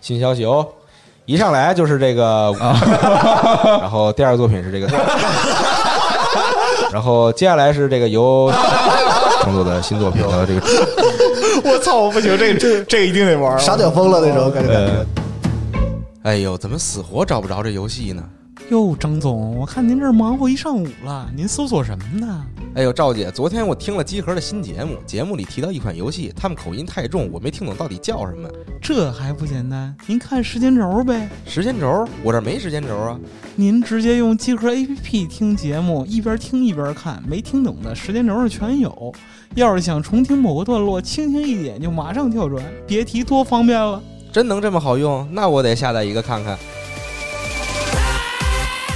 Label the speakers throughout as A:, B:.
A: 新消息哦。一上来就是这个， 然后第二个作品是这个， 然后接下来是这个由创作的新作品和这个
B: 我操！我不行，这这这一定得玩儿。
C: 傻屌疯了那种感觉。
A: 呃，哎呦，怎么死活找不着这游戏呢？
D: 哟，张总，我看您这儿忙活一上午了，您搜索什么呢？
A: 哎呦，赵姐，昨天我听了集合的新节目，节目里提到一款游戏，他们口音太重，我没听懂到底叫什么。
D: 这还不简单？您看时间轴呗。
A: 时间轴，我这没时间轴啊。
D: 您直接用机壳 APP 听节目，一边听一边看，没听懂的时间轴上全有。要是想重听某个段落，轻轻一点就马上跳转，别提多方便了。
A: 真能这么好用？那我得下载一个看看。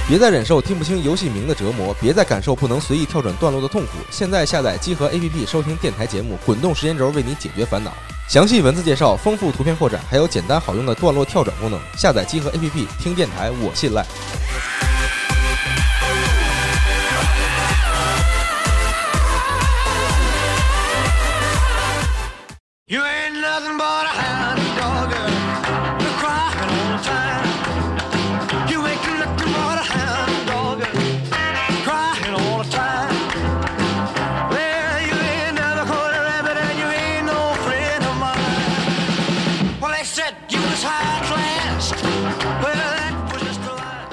A: 别再忍受听不清游戏名的折磨，别再感受不能随意跳转段落的痛苦。现在下载集合 APP 收听电台节目，滚动时间轴为你解决烦恼。详细文字介绍、丰富图片扩展，还有简单好用的段落跳转功能。下载集合 APP 听电台，我信赖。
E: You ain't nothing but a hound dog, a crying all the time. You ain't nothing but a hound dog, crying all the time. Well, you ain't never caught a rabbit, and you ain't no friend of mine. Well, they said you was high class. Well, that was just a lie.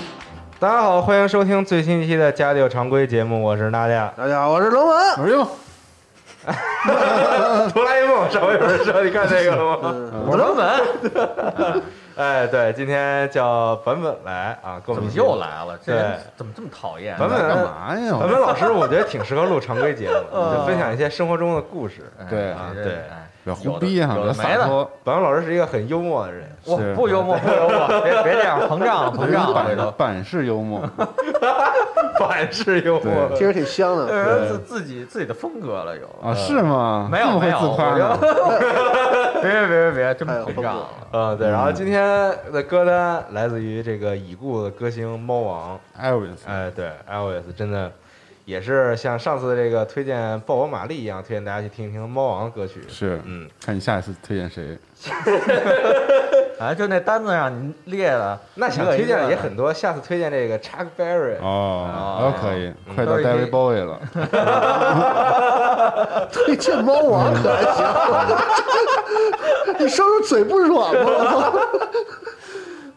A: 大家好，欢迎收听最新一期的《家里有常规》节目，我是娜娜。
C: 大家好，我是龙文。
B: 哎 呦，
A: 哆啦 A 梦，上回有人说你看这个了吗？我是版本。 哎，对，今天叫版本来啊，跟我
F: 怎
A: 们
F: 么
A: 一起
F: 又来了？这人
A: 对
F: 怎么这么讨厌？
A: 咱们
B: 干嘛呀？
F: 呃
A: 版本老师，我觉得挺适合录常规节目的，就分享一些生活中的故事。
F: 哎
B: 对
F: 哎
A: 对
F: 哎
B: 不要胡逼哈，
F: 有
B: 不
F: 的有的
B: 要
F: 没
B: 洒
F: 的。
B: 脱。
A: 版本老师是一个很幽默的人，
F: 我
B: 是
F: 不幽默，不幽默，别别这样，膨胀了，膨胀了，回
B: 板
F: 头。
B: 板式 幽默，
A: 反式幽默。
B: 对
C: 听着挺香的，
F: 呃，自自己自己的风格了有
B: 啊，是吗？
F: 呃没
B: 这
F: 有
B: 么
F: 没
B: 会
F: 有，
B: 自夸
F: 我
B: 呢？
F: 就 别别别别，真
C: 太有风
F: 膨
C: 格
F: 胀
C: 了
F: 了。
A: 呃，对，然后今天的歌单来自于这个已故的歌星猫王，
B: 艾文斯，
A: 哎，对，iOS 真的也是像上次的这个推荐《豹王玛丽》一样，推荐大家去听一听猫王的歌曲。
B: 是，
A: 嗯，
B: 看你下一次推荐谁？
F: 哎，就那单子上你列的，
A: 那想
F: 一个
A: 推荐
F: 一
A: 的
F: 个
A: 也很多，下次推荐这个 Chuck Berry，
B: 哦，可以，快到
F: 哎都已经
B: David Bowie 了，
C: 推荐猫王可还行？ 你说说嘴不软吗？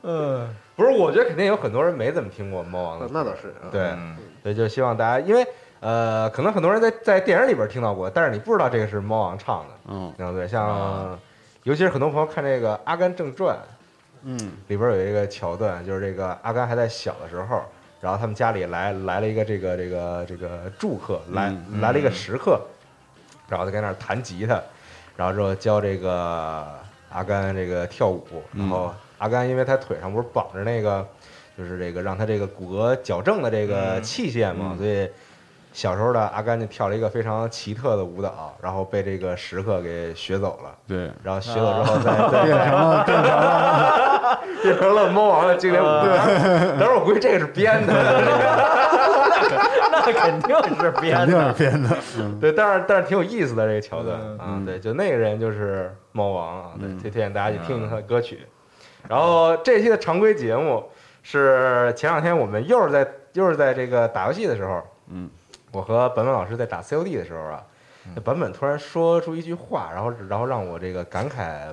C: 我
A: 不是，我觉得肯定有很多人没怎么听过猫王
C: 操，
A: 的
C: 那倒是，
A: 对，
F: 嗯
A: 所以就希望大家，因为呃，可能很多人在在电影里边听到过，但是你不知道这个是猫王唱的，
B: 嗯
A: 对不对？像
F: 啊，
A: 尤其是很多朋友看这个《阿甘正传
B: 嗯》
A: 里边有一个桥段，就是这个阿甘还在小的时候，然后他们家里来来了一个这个这个这个住客，来
B: 嗯
A: 来了一个食客，然后他在那儿弹吉他，然后之后教这个阿甘这个跳舞，然
B: 嗯
A: 后阿甘因为他腿上不是绑着那个，就是这个让他这个骨骼矫正的这个器械嘛，
B: 嗯
A: 所以小时候的阿甘就跳了一个非常奇特的舞蹈，然后被这个食客给学走了。
B: 对，
A: 然后学走之后再，再
B: 变成了变成了
A: 啊 变成了猫王的经典舞步。当时我估计这个是编的，
F: 那肯定是编
B: 肯定是
F: 的。
B: 编的， 嗯
A: 对，但是但是挺有意思的这个桥段
F: 嗯
A: 啊
B: 嗯，
A: 对，就那个人就是猫王啊，对，
B: 嗯
A: 推推荐大家去听听他的歌曲。然后这期的常规节目是前两天我们又是在又是在这个打游戏的时候，
B: 嗯，
A: 我和本本老师在打 COD 的时候啊，那本本突然说出一句话，然后然后让我这个感慨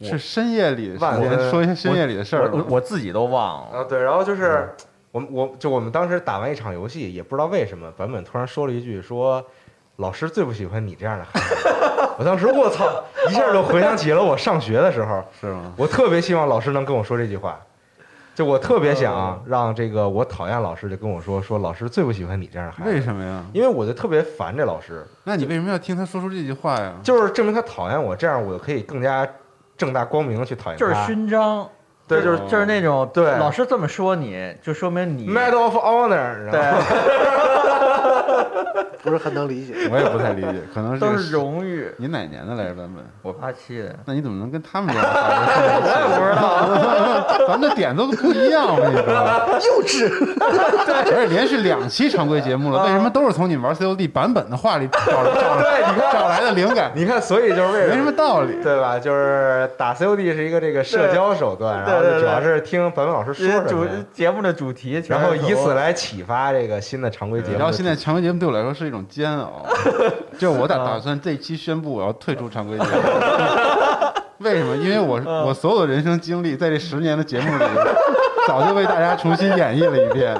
B: 是深夜里的
A: 万
B: 时间
A: 分
B: 说一些深夜里的事
F: 我
B: 儿
F: 我
B: 吗，
F: 我自己都忘了，
A: 啊，对，然后
F: 嗯
A: 就是我们我就我们当时打完一场游戏，也不知道为什么，版本突然说了一句说。老师最不喜欢你这样的孩子， 我当时我操，一下就回想起了我上学的时候，
B: 是吗？
A: 我特别希望老师能跟我说这句话，就我特别
F: 嗯
A: 想让这个我讨厌老师就跟我说说老师最不喜欢你这样的孩子，
B: 为什么呀？
A: 因为我就特别烦这老师，
B: 那你为什么要听他说出这句话 呀？
A: 就是证明他讨厌我，这样我就可以更加正大光明的去讨厌他。
F: 就是勋章，
A: 对
F: 就是就是那种
A: 对
F: 老师这么说你，就说明你
A: Medal of Honor，然后
F: 对。
C: 不是很能理解。
B: 我也不太理解，可能是
F: 都是荣誉。
B: 你哪年的来着版本？
F: 我八七的，
B: 那你怎么能跟他们这样？
F: 我也不知道。
B: 咱们的点都不一样，我跟你 说，
C: 幼 稚。
B: 而且连续两期常规节目
G: 啊
B: 了，为什么都是从你玩 COD 版本的话里找 找
F: 对，你看
B: 找来的灵感？
G: 你看，所以就是为
B: 没
G: 什
B: 什
G: 么
B: 么道理。
G: 对吧？就是打 COD 是一个这个社交手段，
F: 对
G: 然后
F: 对
G: 就主要
F: 对
G: 是听本本老师说
F: 这
G: 什
F: 主
G: 么，
F: 节目的主题，
G: 然后以此
F: 来。
G: 来启发这个新的常规节目。
B: 然后现在常规节目对我来说是一种煎 熬，就是我打打算这期宣布我要退出常规节目。 为什么？因为我
G: 嗯
B: 我所有的人生经历在这十年的节目里，早就为大家重新演绎了一遍。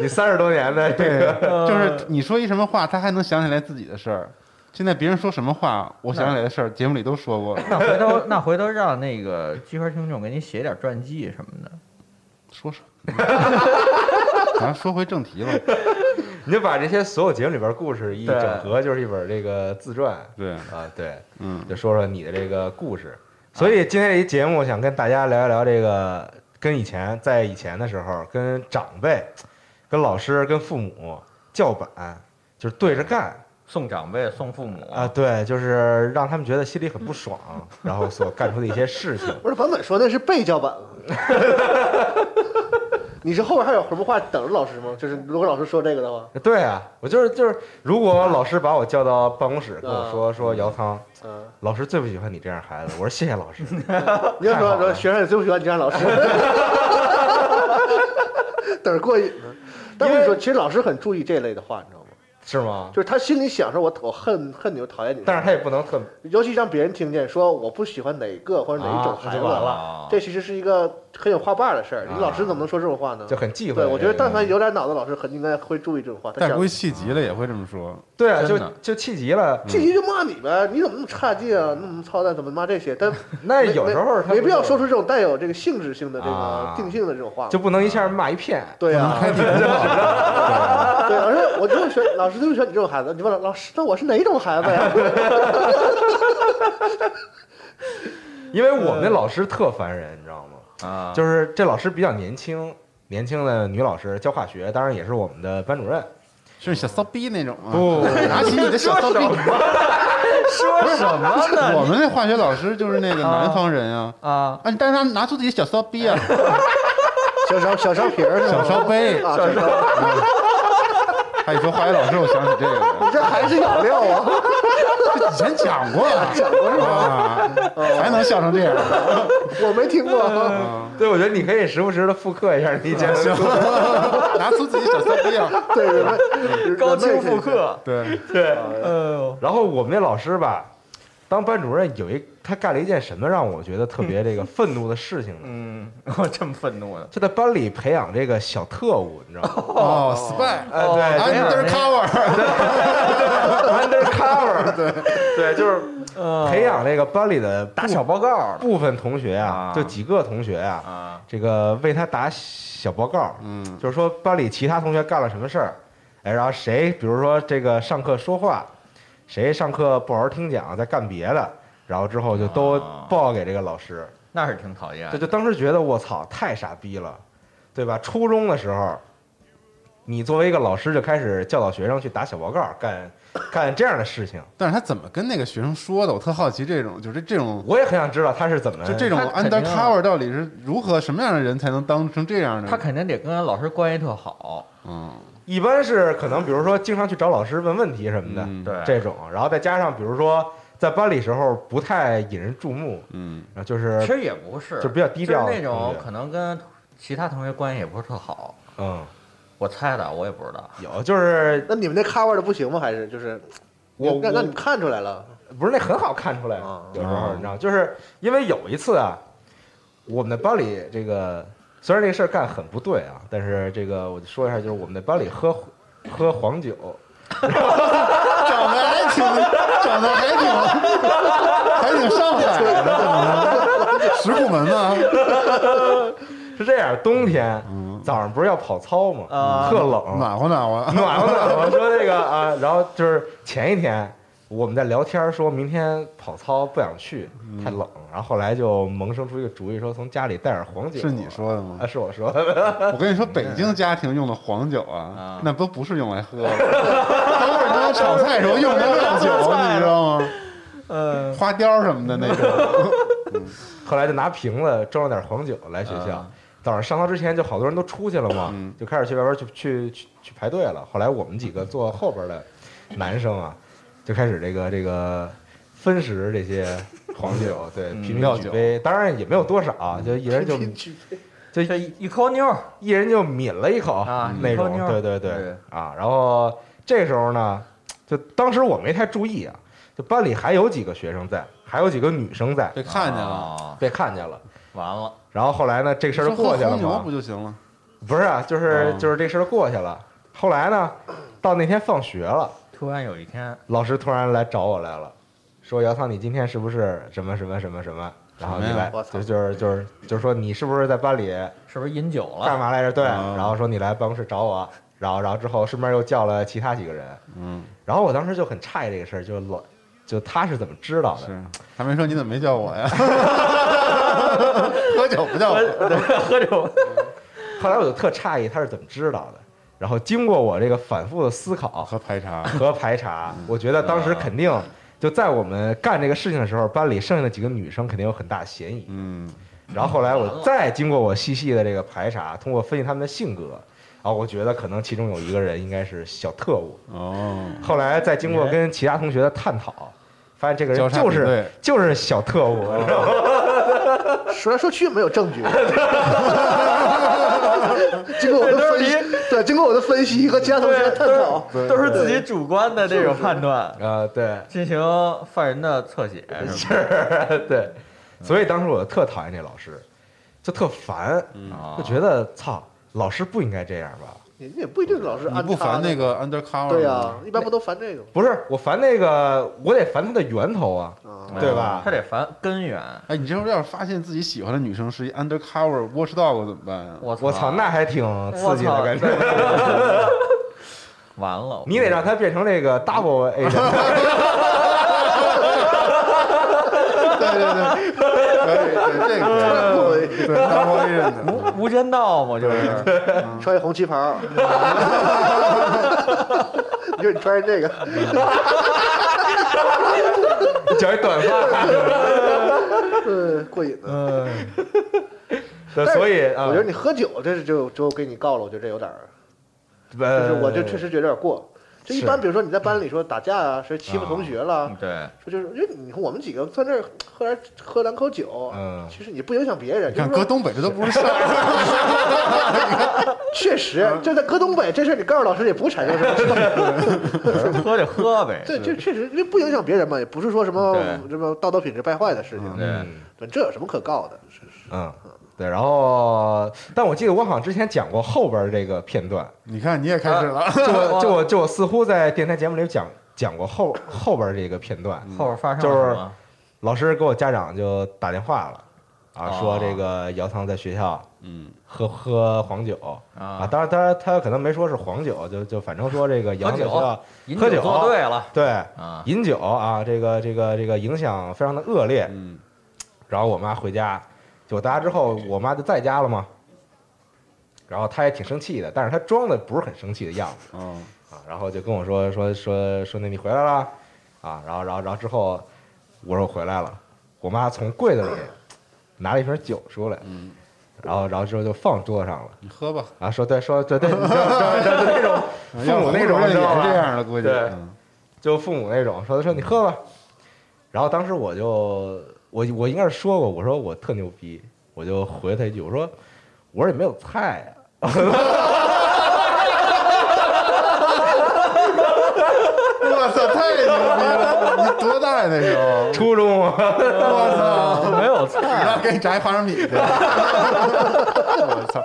G: 你三十多年 的这
B: 对
G: 个，，
B: 就是你说一什么话，他还能想起来自己的事儿。现在别人说什么话，我想起来的事儿，节目里都说过了。
F: 那回头 那回头让那个集合听众给你写点传记什么的。
B: 说说， 咱说回正题吧。
G: 你就把这些所有节目里边故事一
F: 对
G: 整合，就是一本这个自传
B: 对，
G: 啊，对，
B: 嗯，
G: 就说说你的这个故事。所以今天这一节目，想跟大家聊一聊这个，跟以前在以前的时候，跟长辈、跟老师、跟父母叫板，就是对着干，
F: 送长辈，送父母
C: 嗯
G: 啊，！对，就是让他们觉得心里很不 爽，然后所干出的一些事情。
C: 不是版本说那是被叫板了。 你是后边还有什么话等着老师吗？就是如果老师说这个的话，
G: 对啊，我就是就是，如果老师把我叫到办公室跟我说说姚仓，
C: 嗯，
G: 老师最不喜欢你这样孩子，我说谢谢老 师。
C: 你要
G: 太好
C: 说
G: 了
C: 说学生也最不喜欢你这样老 师，等着过瘾呢。但我跟你说，其实老师很注意这类的话，你知道吗？
G: 是吗
C: 就？是他心里想说，我我恨恨你，我讨厌你，
G: 但是他也不能特
C: 尤其让别人听见说我不喜欢哪个或者哪一种
G: 啊那
C: 孩
G: 就
C: 子，
G: 完
F: 了
C: 这其实是一个很有话把儿的事儿。
G: 啊
C: 你老师怎么能说这种话呢？
G: 就很忌讳这
C: 对，
G: 个。
C: 我觉得但凡有点脑子，老师很应该会注意这种话。他
B: 但
C: 想
B: 估计气急了也会这么说。
G: 对啊，就
B: 真的
G: 就气急了。
C: 这急就骂你呗，你怎么那么差劲啊？那么操蛋，怎么骂这些？ 但
G: 那
C: 没
G: 有时候他
C: 没没必要
G: 就
C: 说出这种带有这个性质性的这
G: 啊
C: 个定性的这种话嘛。
G: 就不能一下骂一片。
C: 对啊，
B: 开地图炮，
C: 对，老师，我就是选老师就是选你这种孩子。你问老老师，那我是哪种孩子呀？
G: 因为我们那老师特烦人，你知道吗？
F: 啊，
G: 就是这老师比较年轻，年轻的女老师教化学，当然也是我们的班主任。
B: 是小骚逼那种吗？
G: 不
B: 拿起你的小骚逼。
F: 说什么呢？
B: 我们那化学老师就是那个南方人啊，
F: 啊，
B: 啊，但是他拿出自己的小骚逼啊，
C: 小烧小烧瓶儿是
B: 小
C: 吗？
B: 烧杯
C: 啊，小烧，
B: 他一说化学老师，我想起这个了，
C: 这还是养料啊。
B: 这 以前讲过，啊 讲过是吧？啊还能笑成这样？
C: 我没听过。
G: 对，我觉得你可以时不时的复刻一下你以前的
B: 拿出自己小骚逼啊，
C: 对，人
G: 嗯
C: 类
F: 高清复。刻，
B: 对，
F: 对，呃，
G: 然后我们那老师吧，当班主任有一他干了一件什么让我觉得特别这个 愤怒的事情呢？
F: 嗯， 我这么愤怒呢？
G: 就在班里培养这个小特务，你知道吗？
B: 哦，spy
G: 哎，对，这样
B: undercover，
G: undercover，对对，就是培养这个班里的
F: 打小报告
G: 部分同学啊，
F: 啊
G: 就几个同学啊，
F: 啊，
G: 这个为他打小报告，
B: 嗯，
G: 就是说班里其他同学干了什么事儿，哎，然后谁，比如说这个上课说话，谁上课不好好听讲，在干别的，然后之后就都
F: 啊哎
G: 报给这个老师。
F: 那是挺讨厌
G: 对，。就当时觉得我操，太傻逼了，对吧？初中的时候，你作为一个老师就开始教导学生去打小报告，干干这样的事情，
B: 但是他怎么跟那个学生说的？我特好奇这种，就是这种。
G: 我也很想知道他是怎么
B: 就这种
F: 哎他肯定啊
B: undercover 到底是如何什么样的人才能当成这样的？
F: 他肯定啊得跟老师关系特好，
B: 嗯，
G: 一般是可能，比如说经常去找老师问问题什么的，
B: 嗯
F: 对
G: 这种，然后再加上比如说在班里时候不太引人注目，
B: 嗯，
G: 然后就是
F: 其实也不是，
G: 就比较低调
F: 呃就是那种
G: 对
F: 可能跟其他同学关系也不是特好，
G: 嗯，
F: 我猜的，我也不知道。
G: 有就是
C: 那你们那 cover 的不行吗？还是就是
G: 我
C: 让
G: 我
C: 让你们看出来了？
G: 不是那很好看出来
C: 啊，
G: 有时候你知道，就是因为有一次啊，我们的班里这个虽然这个事儿干很不对啊，但是这个我就说一下，就是我们的班里喝喝黄酒，
B: 长得还挺，长得还挺，还挺上海的，怎么着石库门呢？
G: 是这样，冬天早上不是要跑操吗？
F: 啊
G: 特冷，
B: 暖和暖 和，
G: 暖和暖和，说这个啊，然后就是前一天我们在聊天，说明天跑操不想去，
B: 嗯
G: 太冷。然后后来就萌生出一个主意，说从家里带点黄酒。
B: 是你说的吗
G: 啊，？是我说的。
B: 我跟你说，北京家庭用的黄酒啊
F: 啊，
B: 那都不是用来喝的，都是他妈炒菜时候用的料酒，你知道吗？
F: 呃，
B: 花雕什么的那种，
G: 后来就拿瓶子装了点黄酒来学校
F: 啊，
G: 早上上操之前就好多人都出去了嘛，
B: 嗯
G: 就开始去外边去去去去排队了。后来我们几个坐后边的男生啊，就开始这个这个分食这些黄酒，对，平
B: 料
G: 均举
B: 嗯酒
G: 杯，当然也没有多少，啊就一人就
F: 这一一口妞儿
G: 一人就抿了一口
F: 啊
G: 那
F: 一口
G: 种，
F: 妞儿
G: 对对对
F: 对
G: 啊。然后这时候呢，就当时我没太注意啊，就班里还有几个学生在，还有几个女生在
B: 被看见了。
F: 啊，
G: 被看见了。
F: 完了，
G: 然后后来呢，这事儿就
B: 说喝
G: 过去了
B: 红牛
G: 嘛
B: 不，就行了？
G: 不是啊，就是
B: 嗯
G: 就是这事儿过去了。后来呢，到那天放学了，
F: 突然有一天，
G: 老师突然来找我来了，说姚仓，你今天是不是什么什么什么什么？然后你
B: 什么呀
G: 来
C: 我，操
G: 就就是就是就是说你是不是在班里
F: 是不是饮酒
G: 干
F: 了？
G: 嘛来着？对，
B: 啊
G: 然后说你来办公室找我，然后然后之后顺便又叫了其他几个人，
B: 嗯，
G: 然后我当时就很诧异这个事儿，就老就他是怎么知道的？
B: 是。他没说你怎么没叫我呀？喝酒不叫我，
F: 喝酒，
G: 后来我就特诧异他是怎么知道的，然后经过我这个反复的思考
B: 喝排茶。
G: 和排查，
B: 嗯
G: 我觉得当
B: 啊
G: 时肯定就在我们干这个事情的时候，班里剩下的几个女生肯定有很大嫌疑。
B: 嗯，
G: 然后后来我再经过我细细的这个排查，通过分析他们的性格，然后我觉得可能其中有一个人应该是小特务。
B: 哦，
G: 后来再经
C: 哎
G: 过跟其他同学的探讨，发现这个人
B: 交叉
G: 就
B: 比
G: 是
B: 对
G: 就是小特 务，你知道吗？
C: 说来说去没有证据。经过我的分析，对，经过我的分析和其他同学的探讨，
F: 对都是自己主观的这种判断，
G: 啊，对，
F: 进行犯人的侧 写，是吧
G: 对，所以当时我就特讨厌这老师，就特烦，
F: 啊
C: 嗯
G: 就觉得操，老师不应该这样吧？
C: 也也不一定老是
B: 你
C: 按
B: 不
C: 他
B: 烦那
C: 的？
B: 个嗯 undercover？
C: 对啊呀
B: 吗，
C: 一般不都烦这个吗？
G: 不是，我烦那个，我得烦他的源头啊，
C: 啊，
G: 对吧
F: 他得烦根源，
B: 哎，你这会儿要是发现自己喜欢的女生是一 undercover watchdog 怎么办啊呀？
F: 我
G: 我操，那还挺刺激的感觉。
F: 觉。完了，
G: 你得让他变成这个 double A，
B: 对对对， 可以，对这 个
C: 我
B: 可以对 double agent 的
F: 无无间道嘛，就是
B: 嗯
C: 穿一红旗袍， 你说你穿上这个，
B: 嗯
G: 剪一短 发。
C: 嗯，过瘾的。
G: 对，所以啊，
C: 我觉得你喝酒，这是就就给你告了，我觉得这有点儿，就
G: 呃
C: 是我就确实觉得有点过。就一
G: 是
C: 般，比如说你在班里说打架啊，谁欺负同学了，
F: 对，
C: 说就是，因为你看我们几个在那儿喝点喝两口酒，
G: 嗯
C: 其实你不影响别 人，
B: 你看
C: 就是
B: 搁
C: 说
B: 东北这都不是事儿，
C: 确实这在搁东北这事儿，你告诉老师也不产生什么事儿，
F: 喝就喝呗。
C: 对，这确实因为不影响别人嘛，也不是说什么
F: 对
C: 什么道德品质败坏的事情，
F: 对，
G: 嗯
C: 对，这有什么可告的？是是，
G: 嗯，对，然后，但我记得我好像之前讲过后边这个片段，
B: 你看你也开始了，
G: 就我 就我就我似乎在电台节目里讲讲过后后边这个片段，
F: 后边发生
G: 就是
F: 了什么？
G: 老师给我家长就打电话了，啊，
F: 哦
G: 说这个姚仓在学校
B: 嗯，
G: 喝喝黄酒啊，
F: 啊，
G: 当然当然他可能没说是黄酒，就就反正说这个姚仓在学校
F: 饮
G: 喝酒
F: 作对了
G: 对
F: 啊，
G: 饮酒啊，这个这个这个影响非常的恶劣，
B: 嗯，
G: 然后我妈回家，就我回家之后，我妈就在家了嘛。然后她也挺生气的，但是她装的不是很生气的样子
B: 哦，
G: 啊。然后就跟我说说说说那你回来了啊。然后然后然后之后，我说我回来了，我妈从柜子里拿了一瓶酒出来，
B: 嗯，
G: 然后然后之后就放桌子上了。
B: 你喝吧，
G: 啊，说对，说对对，你知道知道知道就那种父母那种，
B: 也
G: 你知
B: 是
G: 道
B: 这
G: 吧？
B: 啊样的，估计，
G: 对
B: 嗯
G: 就父母那种，说说你喝吧。然后当时我就我我应该是说过，我说我特牛逼，我就回他一句，我说我说也没有菜啊。
B: 我操，太牛逼了！你多大呀那时候？
G: 初中啊，
B: 我操！
F: 没有菜
B: 你让给你炸一花生米去！ 我操，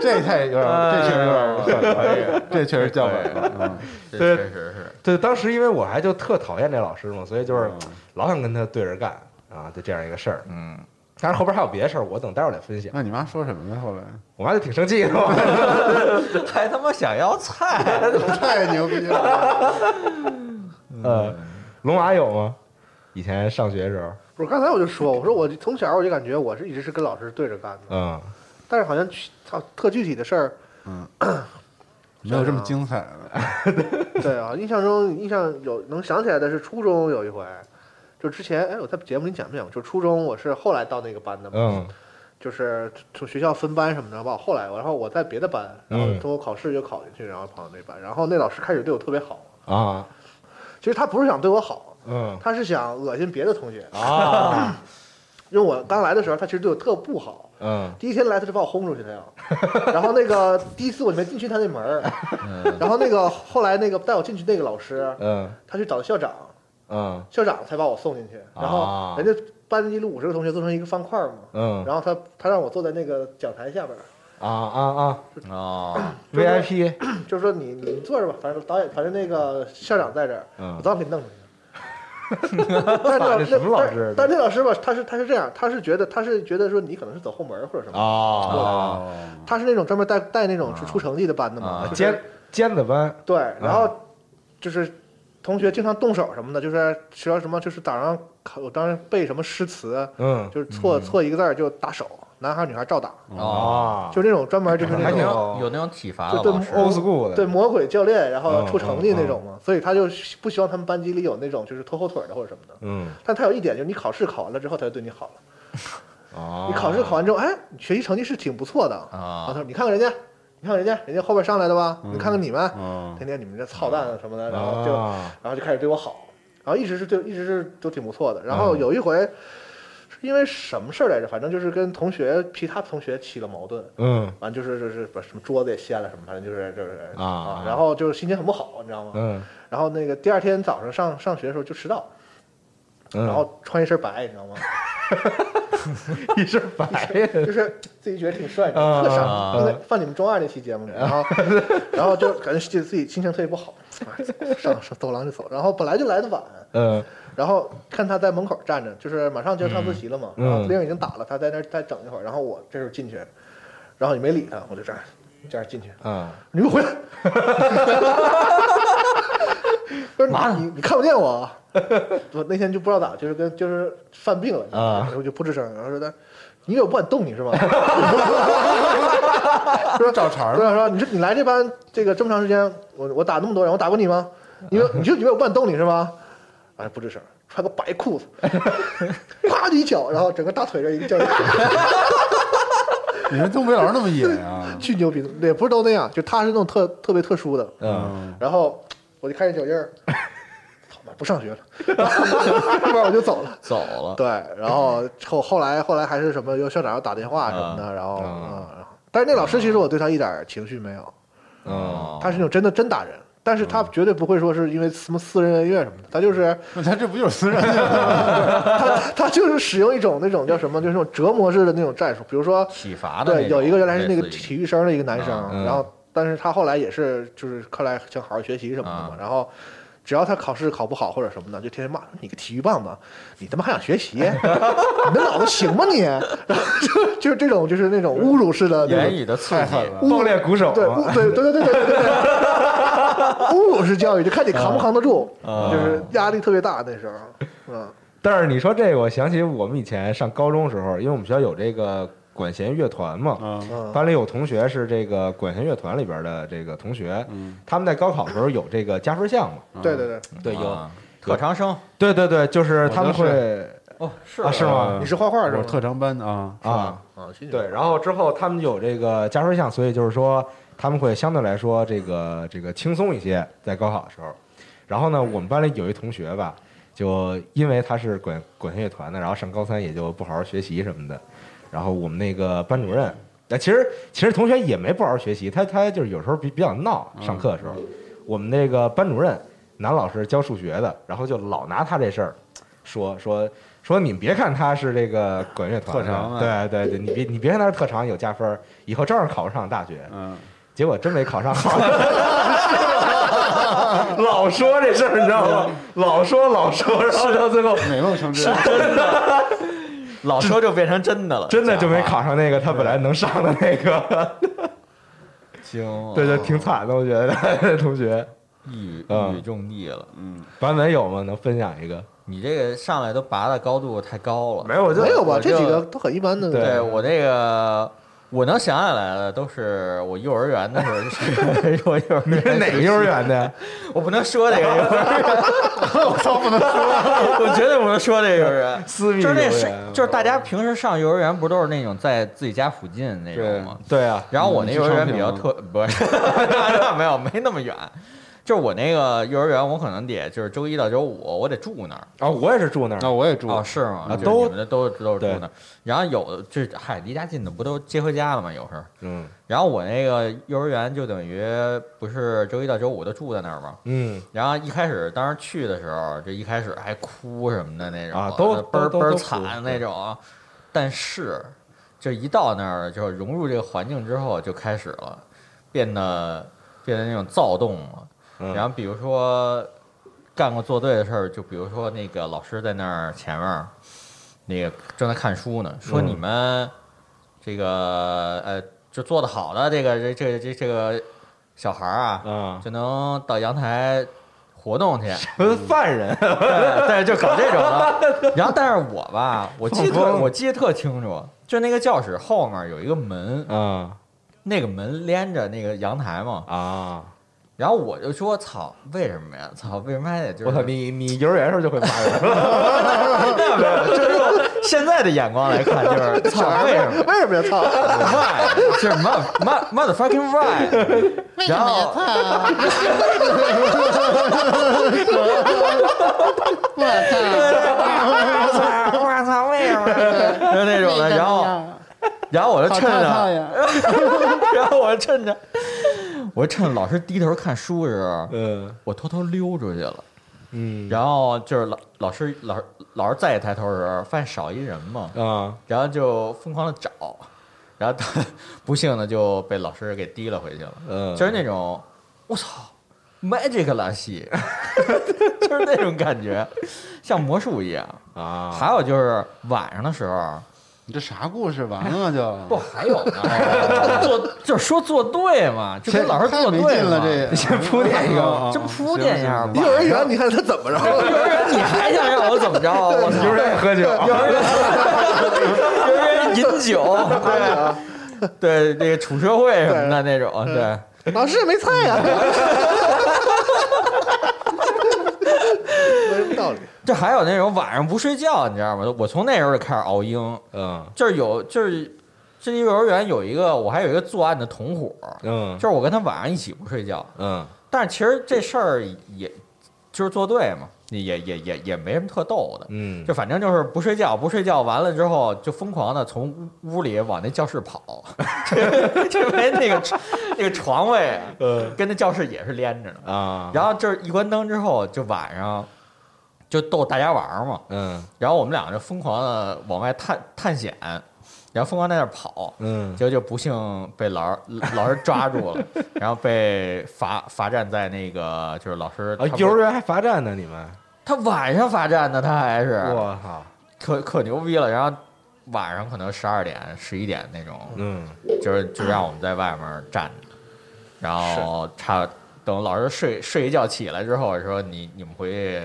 B: 这太有点，这确实有点过分了，这确实叫板了。嗯
F: 这
G: 对
F: 确实是。
G: 对，当时因为我还就特讨厌这老师嘛，所以就是
B: 嗯
G: 老想跟他对着干啊，就这样一个事儿。
F: 嗯，
G: 当然后边还有别的事儿，我等待会儿再分享。
B: 那你妈说什么呢？ 后来
G: 我妈就挺生气的嘛，
F: 还他妈想要菜，
B: 太牛逼 了！嗯
G: 呃，龙马有吗？以前上学的时候，
C: 我刚才我就说，我说我从小我就感觉我是一直是跟老师对着干的，
G: 嗯，
C: 但是好像去操特具体的事儿，
B: 没有这么精彩的，
C: 对啊，印象中印象有能想起来的是初中有一回，就之前哎我在节目里讲没讲过，就初中我是后来到那个班的嘛，
G: 嗯
C: 就是从学校分班什么的，把我后来，然后我在别的班，然后
G: 嗯
C: 通过考试就考进去，然后跑到那班，然后那老师开始对我特别好，
G: 啊，
C: 其实他不是想对我好，
G: 嗯
C: 他是想恶心别的同学，
G: 啊，
C: 因为我刚来的时候，他其实对我特不好。
G: 嗯
C: 第一天来，他就把我轰出去了呀。 然后那个第一次我就没进去他那门儿，然后那个后来那个带我进去那个老师，
G: 嗯
C: 他去找校长，
G: 嗯
C: 校长才把我送进去。然后
G: 啊
C: 人家班一五十个同学做成一个方块嘛，
G: 嗯
C: 然后他他让我坐在那个讲台下边儿，
G: 啊啊啊
F: 哦，
G: ，VIP，
C: 就是说你你坐着吧，反正导演反正那个校长在这儿，
G: 嗯
C: 我当给你弄出去。但是那
G: 这什么老师
C: 但但那老师吧，他是他是这样，他是觉得他是觉得说你可能是走后门儿或者什么，
G: 啊，
B: 哦，
C: 他是那种专门带带那种出出成绩的班的嘛，就是
G: 尖尖子班
C: 对，然
G: 啊
C: 后就是同学经常动手什么的，就是学到什么就是早上考我当时背什么诗词，
G: 嗯
C: 就是错错一个字儿就打手，男孩女孩照打，
B: 哦，
G: 啊，
C: 就那种专门就是那
G: 还
C: 种
G: 挺
F: 有有那种体罚的
C: 就对
F: 老师，
G: old school 的，
C: 对魔鬼教练，然后
G: 嗯
C: 出成绩那种嘛，所以他就不希望他们班级里有那种就是拖后腿的或者什么的。
G: 嗯
C: 但他有一点，就是你考试考完了之后，他就对你好了。
G: 啊，
C: 你考试考完之后，哎，你学习成绩是挺不错的然后
F: 啊，
C: 他说：“你看看人家，你看看人家，人家后边上来的吧？你看看你们，
B: 哦，
C: 天天你们这操蛋啊什么的，然后就
G: 嗯啊，
C: 然后就开始对我好，然后一直是对，一直是都挺不错的。然
G: 嗯
C: 后有一回是因为什么事儿来着，反正就是跟同学其他同学起了矛盾，
G: 嗯
C: 完就是就是把什么桌子也掀了什么，反正就是就是
G: 啊
C: 然后就是心情很不好，你知道吗？
G: 嗯
C: 然后那个第二天早上上上学的时候就迟到，
G: 嗯，
C: 然后穿一身白，你知道吗？
G: 一身白 人，
C: 就是自己觉得挺帅，
G: 啊
C: 特傻
F: 啊。
C: 那放你们中二那期节目里，然 后然后就感觉自己自己心情特别不好，哎上上走廊就走，然后本来就来的晚，
G: 嗯
C: 然后看他在门口站着，就是马上就要上自习了嘛，
G: 嗯
C: 然后铃已经打了，他在那儿再整一会儿，然后我这时候进去，然后也没理他，我就这样这样进去，
G: 啊
C: 你给我 回来！不是你你你看不见我啊，我那天就不知道咋，就是跟就是犯病了
G: 啊
C: 我就不吱声，然后说他，你以为我不敢动你是吗？
B: 说找茬儿
C: 对啊，说你说你来这班这个这么长时间，我我打那么多人，我打过你吗？你就你就以为我不敢动你是吗？哎，不吱声，穿个白裤子， 啪就一脚，然后整个大腿上一个教练，
B: 你们东北老师那么野啊？
C: 巨牛逼，也不是都那样，就他是那种特特别特殊的，
B: 嗯，
C: 然后我就看见脚印儿，操妈不上学了， 后边我就走了。
F: 走了，
C: 对，然后后后来后来还是什么，又校长又打电话什么的，然后
G: 啊
C: 嗯，然后但是那老师其实我对他一点儿情绪没有，
G: 嗯
B: 哦
C: 他是那种真的真打人，但是他绝对不会说是因为什么私人恩怨什么的，他就是
B: 那他这不就是私人 吗？
C: 他他就是使用一种那种叫什么，就是那种折磨式的那种战术，比如说
F: 体罚的
C: 对，
F: 那种
C: 有一个原来是那个
F: 类似于啊
C: 体育生的一个男生，
G: 嗯
C: 然后但是他后来也是就是后来想好好学习什么的嘛，
F: 啊
C: 然后。只要他考试考不好或者什么的，就天天骂你个体育棒子，你他妈还想 学习？你的脑子行吗你？然后就就是这种就是那种侮辱式的那
F: 言
C: 种，
F: 语的刺
B: 太
F: 激，
B: 狠了，
G: 暴裂鼓手
C: 对
G: 啊
C: 侮对对对对对对对对，侮辱式教育就看你
F: 啊
C: 扛不扛得住， 就是压力特别大那时候，嗯
G: 但是你说这个，我想起我们以前上高中时候，因为我们学校有这个管弦乐团嘛，
B: 嗯
C: 嗯
G: 班里有同学是这个管弦乐团里边的这个同学，
B: 嗯
G: 他们在高考的时候有这个加分项嘛？
C: 对对对，
G: 对，有，
F: 啊特长生
G: 对对对，就是他们
B: 我
G: 会
F: 哦，是
G: 啊，是吗？
C: 你是画画是
B: 我
C: 吗？
B: 是特长班的啊，
G: 啊，
C: 啊，其实
G: 对，然后之后他们有这个加分项，所以就是说他们会相对来说这个这个轻松一些，在高考的时候。然后呢，我们班里有一同学吧，就因为他是管管弦乐团的，然后上高三也就不好好学习什么的。然后我们那个班主任，那其实其实同学也没不好好学习，他他就是有时候比比较闹，上课的时候，我们那个班主任男老师教数学的，然后就老拿他这事儿说说说你们别看他是这个管乐团的
B: 特长啊
G: 对对对，你别你别看他是特长有加分儿，以后照样考不上大学，
B: 嗯，
G: 结果真没考上。 老说这事儿，你知道吗？老说老说，然后到最后
B: 美梦成真，
F: 老说就变成真的了，
G: 真的就没
F: 假话
G: 考上那个他本来能上的那 个，
F: 精 了，
G: 对对，挺惨的，我觉得同学。
F: 哦一语
G: 嗯
F: 一语中的了。
B: 嗯，
G: 版本有吗？能分享一 个？
F: 你这个上来都拔的高度太高了，
G: 有，我
C: 没有吧？
F: 我
C: 这
F: 就
C: 几个都很一般的。
F: 对我这个。我能想起来的都是我幼儿园的时候，就是我幼儿
G: 你是
F: 园
G: 哪个幼儿园 的？
F: 我不能说这个幼儿 园，我操，不能说， 我绝对不能说这个幼儿园。
G: 私密
F: 就是那是
G: 幼儿园，啊
F: 就是大家平时上幼儿园不都是那种在自己家附近那种吗？
G: 对嗯啊，
F: 然后我那幼儿园比较特，不是， 那没有没那么远，就是我那个幼儿园，我可能得就是周一到周五，我得住那儿。
G: 啊，我也是住那儿
B: 啊，我也住，
F: 哦，是吗？
G: 啊
F: 就是
G: 都
F: 你们的都都是住
G: 对
F: 那儿，然后有的就是嗨，离家近的不都接回家了吗？有时候。
G: 嗯
F: 然后我那个幼儿园就等于不是周一到周五都住在那儿吗？
G: 嗯，
F: 然后一开始当时去的时候，就一开始还哭什么的那种
G: 啊都
F: 倍儿
G: 都
F: 倍儿
G: 都
F: 惨
G: 哭
F: 那种，但是就一到那儿就融入这个环境之后，就开始了变得变得那种躁动了。
G: 嗯
F: 然后比如说干过作对的事儿，就比如说那个老师在那儿前面儿那个正在看书呢，说
G: 嗯
F: 你们这个呃就做的好的这个这这这这个小孩儿啊，
G: 啊，
F: 就能到阳台活 动去，
G: 犯人，
F: 对，对，就搞这种的。然后，但是我吧，我记得
G: 放
F: 特
G: 风
F: 我记得特清楚，就那个教室后面有一个 门，
G: 嗯
F: 那个门连着那个阳台嘛。
G: 啊，
F: 然后我就说：“操，为什么呀？操，为什么还得就是……
G: 我操，你你幼儿园时候就会骂人，
F: 啊那没有，就是用现在的眼光来看，就是操，为什么
C: 为什么呀？操！
F: ？Why？就是 mother mother- motherfucking why？然后我操，为什么？就那种的，然后，然后我就趁着， 然后我趁着，我趁老师低头看书的时候，
G: 嗯
F: 我偷偷溜出去了。
G: 嗯，
F: 然后就是老老师老师老师再一抬头的时候，发现少一人嘛，
G: 啊
F: 然后就疯狂的找，然后他不幸的就被老师给提了回去了。
G: 嗯
F: 就是那种我操，magic 拉西， 就是那种感觉，像魔术一样。
G: 啊，
F: 还有就是晚上的时候，
B: 你这啥故事完了就
F: 不，还有呢， 做就是说做对嘛，就跟老师
B: 太
F: 做
B: 没
F: 对
B: 劲了，
F: 嘛
B: 这个
G: 先铺垫一个吧
B: 啊
F: 真铺 垫一下吧
B: 行行
C: 幼儿园，你看他怎么着？
F: 幼儿 园你还想让我怎么着啊？我
G: 幼儿
F: 操！
G: 园喝酒，
F: 幼儿园，幼儿园饮酒，啊对对，那个处社会什么的那种，对。
C: 老师没菜啊呀、没什么道理。
F: 这还有那种晚上不睡觉，你知道吗？我从那时候就开始熬鹰，
G: 嗯
F: 就是有就是这幼儿园有一个，我还有一个作案的同伙，
G: 嗯
F: 就是我跟他晚上一起不睡觉，
G: 嗯
F: 但是其实这事儿也就是作对嘛，也也也也也没什么特逗的，
G: 嗯，
F: 就反正就是不睡觉，不睡觉完了之后就疯狂的从屋屋里往那教室跑， 因为那个那个床位
G: 呃
F: 跟那教室也是连着的，
G: 啊，
F: 然后就是一关灯之后就晚上就逗大家玩儿嘛，
G: 嗯
F: 然后我们俩就疯狂的往外探探险，然后疯狂在那儿跑，
G: 嗯
F: 结果就不幸被老师老师抓住 了，然后被罚罚站在那个就是老师
G: 啊，幼儿园还罚站呢，你们，
F: 他晚上罚站呢，他还是
G: 我操，
F: 可可牛逼了，然后。晚上可能十二点、十一点那种，
G: 嗯
F: 就是就让我们在外面站着，然后差等老师睡睡一觉起来之后说你你们回去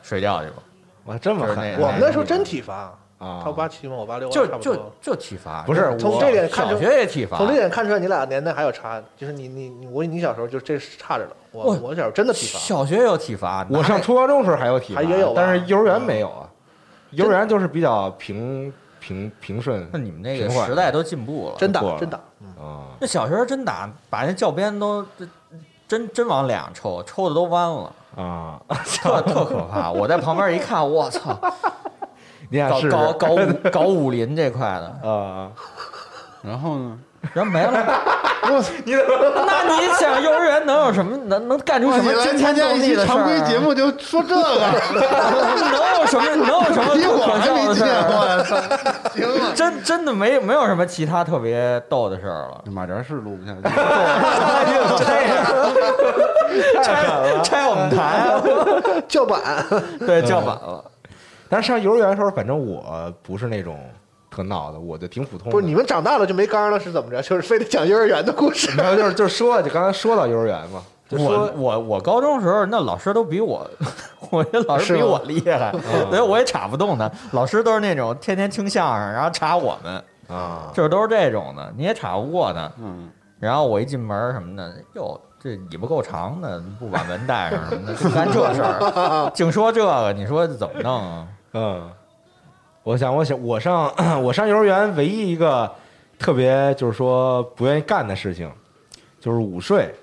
F: 睡觉去吧，
G: 哇，这么
F: 就是
G: 狠
C: 我
F: 那
C: 们那时候真体罚，
G: 啊
C: 他，八七嘛，我八六，啊
F: 就
C: 差不
F: 就
C: 多。
F: 就体罚，
G: 不是
C: 从
G: 我
C: 这点看
F: 小
C: 出，
F: 学也体罚，
C: 从这点看出来你俩年代还有差，就是你你你我你小时候就这是差着了，我
F: 我
C: 我小时候真的体罚，
F: 小学有体罚，
G: 我上初高中时候还有体罚，
C: 还也有吧
G: 但是幼儿园没有啊，幼儿园就是比较平平平顺
F: 那你们那个
G: 平缓
F: 时代都进步了，
C: 真
G: 过了
C: 打真打，嗯
G: 啊，
F: 那小学真打，把那教鞭都真真往脸上抽，抽的都弯了，
G: 啊，
F: 特特可怕。我在旁边一看，我 操，
G: 你俩
F: 搞
G: 是
F: 搞搞武搞武林这块的，
G: 啊，
B: 然后呢？
F: 然后没 了。那你想幼儿园能有什么能能干出
B: 哇
F: 什
B: 你
F: 么
B: 来
F: 惊
B: 参
F: 天
B: 加
F: 动
B: 一
F: 地
B: 期
F: 的事儿啊
B: 常规节目就说这个，
F: 能有什么能有 什么
B: 比
F: 不
B: 我
F: 可
B: 还
F: 笑
B: 没
F: 的事
B: 见过
F: 儿？啊
B: 呀！操行了，
F: 真真的没没有什么其他特别逗的事儿 了。
B: 马扎是录不下去，哎
F: 拆拆我们台啊，
C: 叫板，
F: 对，叫反了。
G: 但是上幼儿园的时候，反正我不是那种特闹的，我就挺普通的。
C: 不是你们长大了就没杆了是怎么着？ 就是非得讲幼儿园的故事，
G: 没有，就是就是说，就刚才说到幼儿园嘛，就
F: 我
G: 说
F: 我我高中时候那老师都比我， 我这老师比
G: 是吗
F: 我厉害，所以我也查不动他。老师都是那种天天听相声，然后查我们，
G: 啊，
F: 就是都是这种的，你也查不过他。
B: 嗯，
F: 然后我一进门儿什么的，哟，这尾巴够长的，不把门带上什么的，就干这事儿，净说这个，你说怎么弄啊？
G: 嗯，我想，我想，我上 我上幼儿园唯一一个特别就是说不愿意干的事情，就是午睡，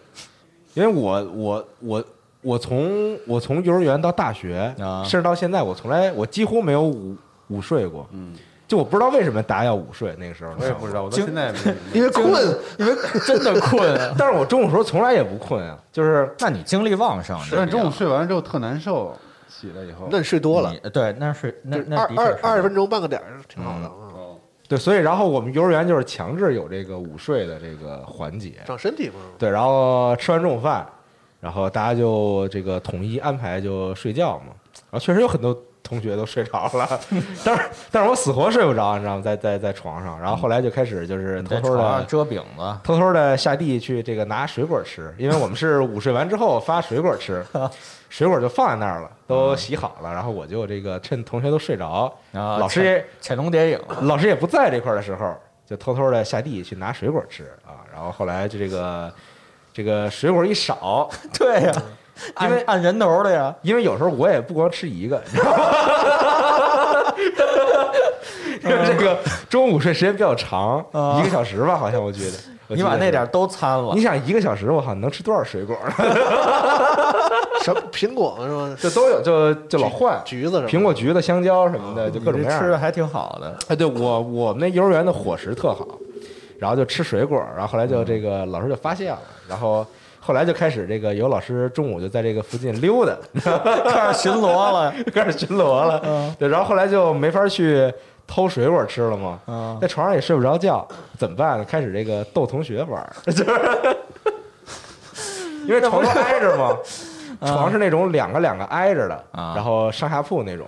G: 因为我我我我从我从幼儿园到大学，
F: 啊
G: 甚至到现在，我从来我几乎没有午午睡过，
B: 嗯，
G: 就我不知道为什么大家要午睡那个时候，。
B: 我也不知道，我到现在也没
C: 因为困，
F: 因为真的困 啊
G: 但是我中午时候从来也不困啊，就是
F: 那你精力旺盛，
B: 但是中午睡完了之后特难受，起来以后
C: 那你睡多了
F: 你，对，那是那
C: 就是
F: 那
C: 二
F: 的确
C: 二
F: 是
C: 二十分钟半个点儿挺好的，嗯
B: 哦，
G: 对，所以然后我们幼儿园就是强制有这个午睡的这个环节，
C: 长身体嘛。
G: 对，然后吃完中午饭，然后大家就这个统一安排就睡觉嘛。然后确实有很多同学都睡着 了，但是但是我死活睡不着，你知道吗？在在在床上，然后后来就开始就是
F: 你
G: 偷
F: 在
G: 偷
F: 床上
G: 的
F: 遮饼子，
G: 偷偷的下地去这个拿水果吃，因为我们是午睡完之后发水果 吃，水果就放在那儿了，
F: 嗯
G: 都洗好了，然后我就这个趁同学都睡着，
F: 然后
G: 老师也
F: 潜龙谍影，
G: 老师也不在这块儿的时候，就偷偷的下地去拿水果吃啊。然后后来就这个这个水果一少，
F: 对呀，因为按人头的呀，
G: 因为有时候我也不光吃一个，你知道吗？ 这个中午睡时间比较长，
F: 啊
G: 一个小时吧，好像我觉得。我
F: 你
G: 记得
F: 把那
G: 是
F: 点儿，都掺了
G: 你，想一个小时，我靠，能吃多少水果呢？
C: 什么苹果是吗？
G: 就都有，就就老换
C: 橘子什么的？
G: 苹果、橘子、啊香蕉什么的，就各种
F: 你
G: 各
F: 这
G: 样
F: 吃的还挺好的，
G: 哎，对我我们那幼儿园的伙食特好，然后就吃水果，然后后来
F: 嗯
G: 就这个老师就发现了，然后后来就开始这个有老师中午就在这个附近溜达，
F: 开始巡逻了，
G: 开始巡逻了，
F: 嗯
G: 对，然后后来就没法去偷水果吃了嘛，
F: 嗯
G: 在床上也睡不着觉，怎么办呢？开始这个逗同学玩儿， 就是因为床都挨着 嘛，床是那种两个两个挨着的，
F: 嗯啊
G: 然后上下铺那种。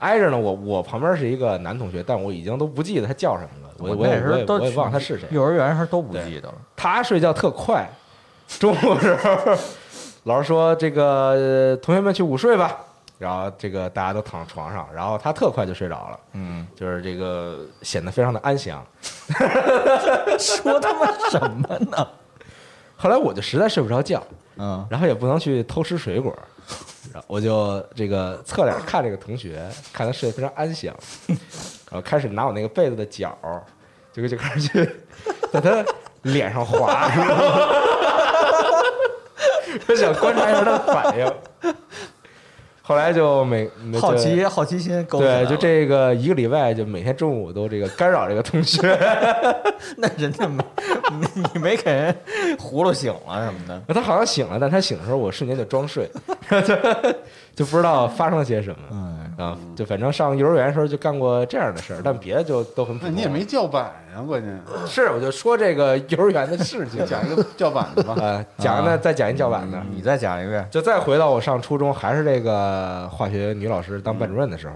G: 挨着呢，我我旁边是一个男同学，但我已经都不记得他叫什么了，我我
F: 那
G: 也
F: 时
G: 我
F: 候
G: 也
F: 都
G: 我也忘他是谁。
F: 幼儿园时候都不记得了，
G: 他睡觉特快，中午时候老师说这个呃同学们去午睡吧，然后这个大家都躺床上，然后他特快就睡着了，
F: 嗯，
G: 就是这个显得非常的安详。
F: 说他妈什么呢？
G: 后来我就实在睡不着觉，
F: 嗯，
G: 然后也不能去偷吃水果，然后我就这个侧脸看这个同学，看他睡得非常安详，然后呃开始拿我那个被子的角儿，就就开始去在他脸上划， 就想观察一下他的反应。后来就每每
F: 好
G: 就
F: 奇好奇心勾起
G: 对，
F: 来了
G: 就，这个一个礼拜，就每天中午都这个干扰这个同 学。
F: 那人家没你你没给人葫芦醒了什么的，
G: 他好像醒了，但他醒的时候，我瞬间就装睡， 就不知道发生了些什么。
F: 嗯，
G: 啊，就反正上幼儿园的时候就干过这样的事儿，但别的就都很普
B: 那
G: 通。
B: 你也没叫板呀，关键，
G: 是，我就说这个幼儿园的事情
B: 讲一个叫板的吧。
G: 呃，讲
F: 啊
G: 呢，再讲一叫板的，
F: 嗯你再讲一遍，
G: 就再回到我上初中，还是这个化学女老师当班主任的时候，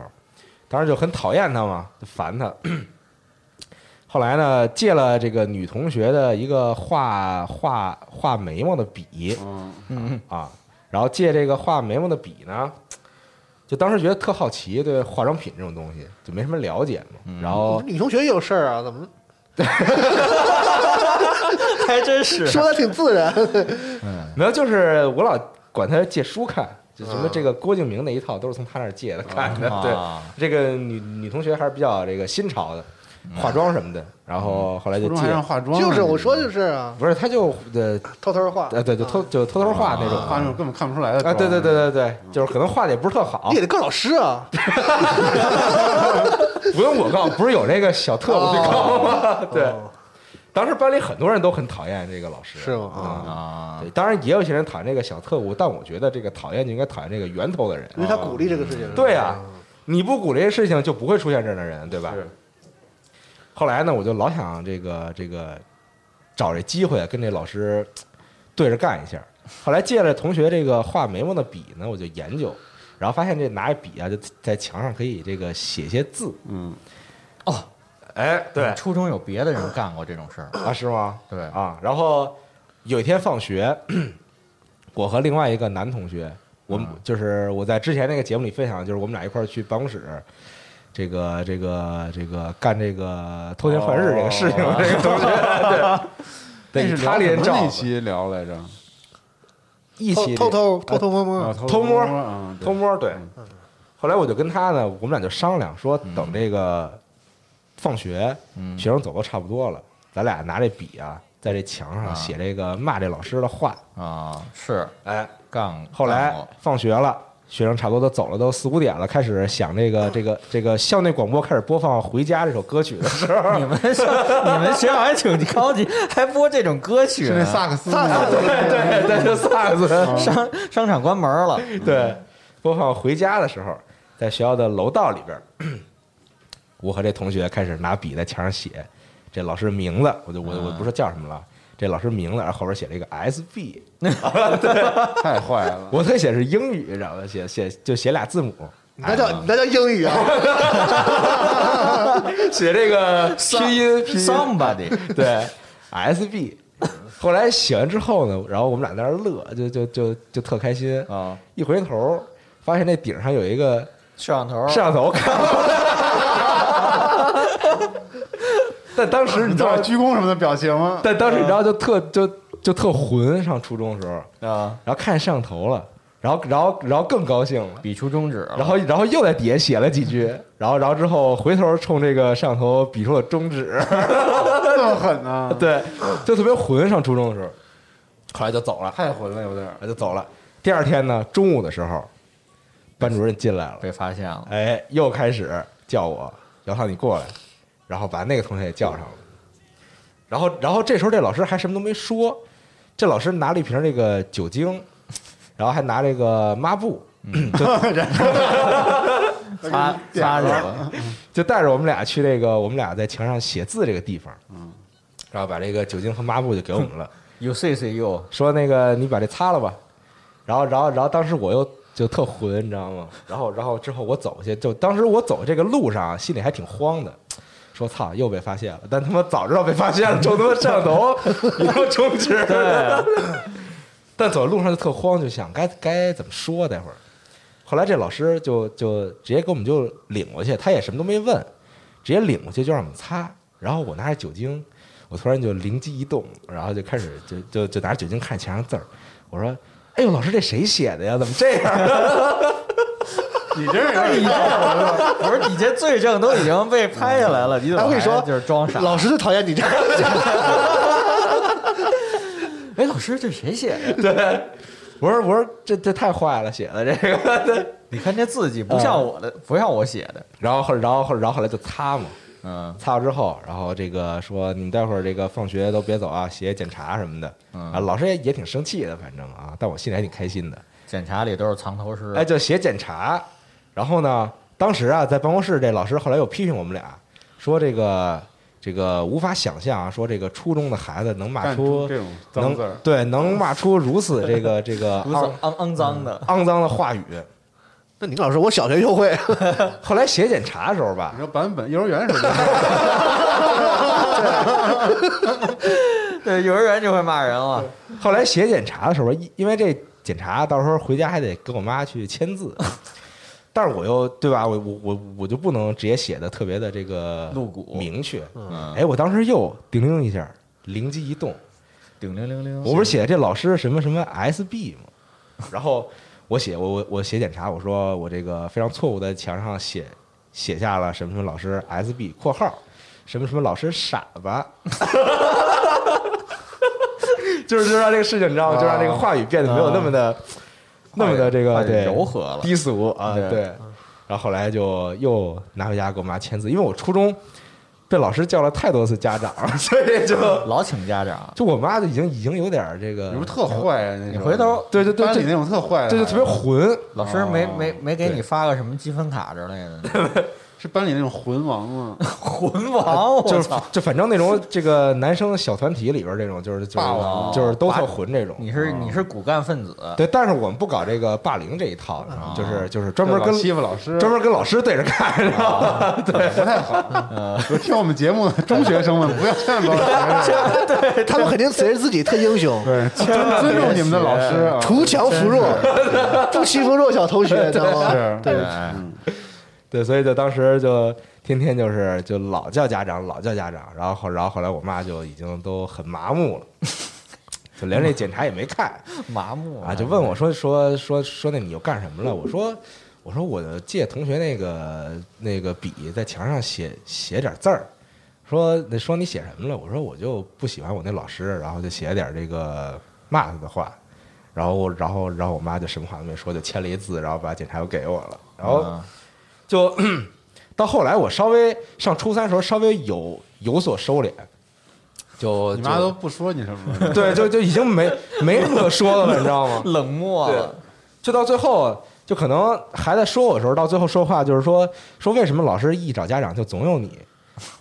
G: 当时就很讨厌她嘛，就烦她。 后来呢，借了这个女同学的一个画画画眉毛的笔，
B: 嗯，
F: 嗯，
G: 啊，然后借这个画眉毛的笔呢，就当时觉得特好奇，对化妆品这种东西就没什么了解嘛。然后
C: 女同学也有事儿啊？怎么
F: 还真是，
C: 说的挺自然？
G: 没有，就是我老管他借书看，就什么
C: 啊
G: 这个郭敬明那一套都是从他那儿借的看的。对，
F: 啊
G: 这个女女同学还是比较这个新潮的，化妆什么的。然后后来
B: 初
G: 就
B: 中还让
G: 借，
B: 化妆呢，
C: 就是我说
B: 你
C: 就是啊，
G: 不是他就呃
C: 偷偷画，
G: 呃对，就偷就偷偷画那种
B: 化那
G: 啊
B: 种根本看不出来的
G: 啊，
B: 妆
G: 对对对，对对，就是可能画的也不是特好
C: 你也，得告老师啊。
G: 不用我告，不是有那个小特务去告吗？ 对，当时班里很多人都很讨厌这个老师，
C: 是吗？啊，
G: 啊。
F: 啊
G: 对，，当然也有些人讨厌这个小特务，但我觉得这个讨厌就应该讨厌这个源头的人。
C: 因为他鼓励这个事情。
G: 对啊，你不鼓励这事情，就不会出现这样的人，对吧？后来呢，我就老想这个这个找这机会啊跟这老师嘖对着干一下。后来借了同学这个画眉毛的笔呢，我就研究，然后发现这拿笔啊，就在墙上可以这个写一些 字。
B: 嗯，
F: 哦，
G: 哎，对
F: 初中有别的人干过这种事儿，
G: 啊，是吗？
F: 对
G: 啊，然后有一天放学， 我和另外一个
B: 啊
G: 男同学，我们就是我在之前那个节目里分享，就是我们俩一块儿去办公室
A: 这个这个这个干这个偷天换日这个事情的这个同 学，对，
B: 哦
A: 得
B: 那是
A: 以
B: 聊
A: 他连
B: 什么
A: 照
B: 那期聊来着，
A: 一起
C: 偷偷偷偷摸
B: 啊
C: 摸，
A: 偷摸嗯
B: 啊，对
A: 偷摸对。后来我就跟他呢，我们俩就商量说，等这个放学，
F: 嗯
A: 学生走的差不多了，咱俩拿这笔啊，在这墙
F: 啊
A: 上写这个骂这老师的话。
F: 啊，是
A: 哎，
F: 干。
A: 后来
F: 干过
A: 放学了，学生差不多都走了，都四五点了，开始想这个这个这个校内广播开始播放《回家》这首歌曲的时 候，
F: 你们校你们学校还挺高级，还播这种歌曲
B: 是那
F: 呢，
B: 萨克斯吗，
A: 对对，就萨克 斯，
F: 商商场关 门了，
A: 嗯对，播放《回家》的时候，在学校的楼道里边儿， 我和这同学开始拿笔在墙上写这老师名字，我就我我不说叫什么了。这老师名字，然后后边写了一个 S B，
B: 太坏了，
A: 我特写是英语，然后写写就写俩字母，
C: 你那叫你那叫英语啊，
A: 写这个 拼音拼音
F: somebody
A: 对 S B。后来写完之后呢，然后我们俩在那儿乐，就就就就特开心。
F: 啊，
A: 一回头发现那顶上有一个
F: 摄像头，
A: 摄像头看我。但当时你
B: 你
A: 知
B: 知
A: 道
B: 道，鞠躬什么的表情吗？
A: 但当时你知道就特就就特混，上初中的时候，
F: 啊，
A: 然后看摄像头了，然后然后然后更高兴了，
F: 比出中指了，
A: 然后然后又在底下写了几句，然后然后之后回头冲这个摄像头比出了中指，
B: 这么狠啊呢？
A: 对，就特别混，上初中的时候，后来就走了，
B: 太混了，有点儿。
A: 后来就走了。第二天呢，中午的时候，班主任进来了，
F: 被发现了，
A: 哎，又开始叫我姚涛，你过来，然后把那个同学也叫上了，然后，然后这时候这老师还什么都没说，这老师拿了一瓶这个酒精，然后还拿这个抹布，
F: 擦擦去了，
A: 就带着我们俩去这个我们俩在墙上写字这个地方，嗯，然后把这个酒精和抹布就给我们了，
F: 有 C C U，
A: 说那个你把这擦了吧，然后，然后，然后当时我又。就特混，你知道吗？然后，然后之后我走去，就当时我走这个路上，啊心里还挺慌的，说操，又被发现了。但他妈早知道被发现了，就他妈摄像头， 你他妈中指。对。 但走路上就特慌，就想该该怎么说待会儿。后来这老师就就直接给我们就领过去，他也什么都没问，直接领过去就让我们擦。然后我拿着酒精，我突然就灵机一动，然后就开始就就就拿着酒精看墙上字儿，我说：“哎呦，老师这谁写的呀？怎么这样？”
B: 你这人有点
F: 不是你这罪证都已经被拍下来了，
A: 嗯
F: 你怎么
C: 哎我跟你说
F: 还就是装傻？
C: 老师就讨厌你这样，
F: 哎，老师这谁写的？
A: 对，我说我说这这太坏了，写的这个。对
F: 你看这字迹不
A: 嗯
F: 像我的，不像我写的，
A: 然后后然后后然后后来就擦嘛，
F: 嗯
A: 擦了之后，然后这个说你们待会儿这个放学都别走啊，写检查什么的。
F: 嗯
A: 啊，老师也也挺生气的，反正啊，但我心里还挺开心的。
F: 检查里都是藏头诗，
A: 哎，就写检查，然后呢，当时啊，在办公室这老师后来又批评我们俩，说这个这个无法想象啊，说这个初中的孩子能骂
B: 干出
A: 出
B: 这种脏
A: 能
B: 字儿，
A: 对能骂出如此这个 这个
F: 如此
A: 肮嗯
F: 肮肮脏的，
A: 肮脏的话语。
C: 那你跟老师，我小学就会，
A: 后来写检查的时候吧
B: 你，说版本幼儿园时候，
F: 对，幼儿园就会骂人了，
A: 后来写检查的时候，因因为这检查到时候回家还得跟我妈去签 字，但是我又对吧，我我我我就不能直接写的特别的这个
F: 露骨
A: 明确。
B: 啊
F: 嗯，
A: 哎，我当时又叮铃一下，灵机一动，
F: 顶铃铃铃，
A: 我不是写这老师什么什么 SB 吗？然后我写我我我写检查，我说我这个非常错误的墙上写写下了什么什么老师 SB 括号什么什么老师傻吧，就是就让这个事情你知道吗？就让这个话语变得没有那么的、那么的这
F: 啊话
A: 个
F: 语
A: 对
F: 柔和了
A: 低俗啊
F: 对嗯
A: 对。然后后来就又拿回家给我妈签字，因为我初中被老师叫了 太多次家长，所以就
F: 老请家长，
A: 就我妈就已经已经有点儿这个
B: 你不是特坏啊？你
F: 你回头
A: 对对对
B: 班里
A: 对
B: 那种特坏的，
A: 对，就特别混。
F: 老师没
B: 哦
F: 没没给
A: 对
F: 你发个什么积分卡之类 的，
B: 是班里那种魂王啊吗？
F: 魂王，我
A: 就是
F: 操！
A: 就反正那种这个男生小团体里边儿这种，就是就是
B: 霸王
A: 就是嗯都特混这种。
F: 哦你是你是骨干分子，
A: 对，但是我们不搞这个霸凌这一套，你知道吗就是就是专门
B: 哦就老
A: 跟
B: 欺负老师，
A: 专门跟老师对着干，你知道吗？
B: 不太好。有听我们节目的中学生们，不要这样 老师，
C: 他们肯定觉得自己特英雄，
B: 对，尊尊重你们的老师啊。
C: 锄强扶弱，不欺负弱小同学，知道吗？
B: 是，
F: 对，
A: 对，所以就当时就天天就是就老叫家长，老叫家长，然后后然后后来我妈就已经都很麻木了，就连这检查也没看
F: 麻木
A: 啊，就问我说说说说那你又干什么了？我说我说我借同学那个那个笔在墙上写写点字儿，说那说你写什么了？我说我就不喜欢我那老师，然后就写点这个骂他的话。然后，然后，然后我妈就什么话都没说，就签了一字，然后把检查又给我了。然后
F: 啊
A: 就 到后来，我稍微上初三的时候稍微有有所收敛，就
B: 你妈都
A: 就，
B: 不说你什么
A: 对，就就已经没没什么可说的了，你知道吗？
F: 冷漠了，
A: 就到最后，就可能还在说我的时候，到最后说话就是说说为什么老师一找家长就总有你。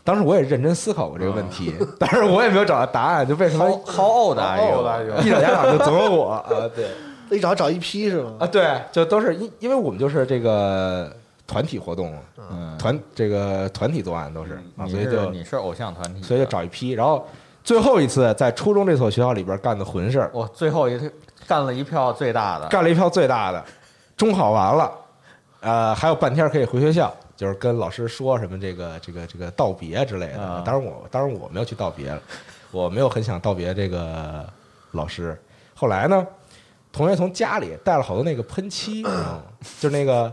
A: 当时我也认真思考过这个问题， 但是我也没有找到答案，就为什么
F: 嗯好好傲的哎
B: 好
F: 呦
B: 傲的哎呦
A: 一找家长就总有我啊？对。
C: 那一找找一批是吗？
A: 啊，对，就都是因因为我们就是这个团体活动，
F: 嗯，
A: 团这个团体作案都是啊，
F: 你
A: 所以
F: 是
A: 就
F: 你是偶像团体的，
A: 所以就找一批，然后最后一次在初中这所学校里边干的混事儿，
F: 我最后一个干了一票最大的，
A: 干了一票最大的，中考完了，呃，还有半天可以回学校，就是跟老师说什么这个这个这个道别之类的
F: 啊。
A: 当然我当然我没有去道别了，我没有很想道别这个老师。后来呢，同学从家里带了好多那个喷漆，你知道吗？就是那个。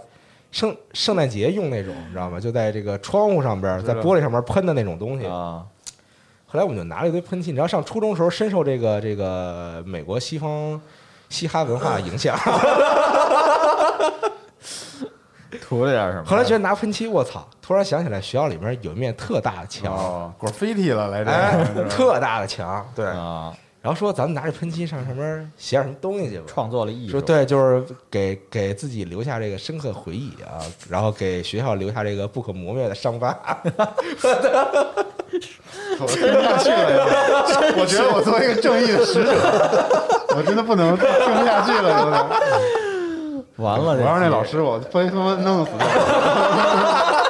A: 圣圣诞节用那种，你知道吗？就在这个窗户上边儿，在玻璃上面喷的那种东西。
F: 啊，
A: 后来我们就拿了一堆喷漆，你知道，上初中的时候深受这个这个美国西方嘻哈文化影响，
F: 图了点什么？哦
A: 后来觉得拿喷漆，我操！突然想起来，学校里边有一面特大的墙，
B: 哦，果飞踢了来着，
A: 哎
B: 是吧，
A: 特大的墙，对。
F: 啊，
A: 然后说咱们拿着喷漆上上面写点什么东西去吧。
F: 创作了艺术，
A: 说对，就是给给自己留下这个深刻回忆啊，然后给学校留下这个不可磨灭的伤疤。
B: 我听不下去了呀，我觉得我作为一个正义的使者， 我真的不能听不下去了，有点。
F: 完了，
B: 我
F: 这
B: 要是那
F: 集
B: 老师，我非他妈弄死他。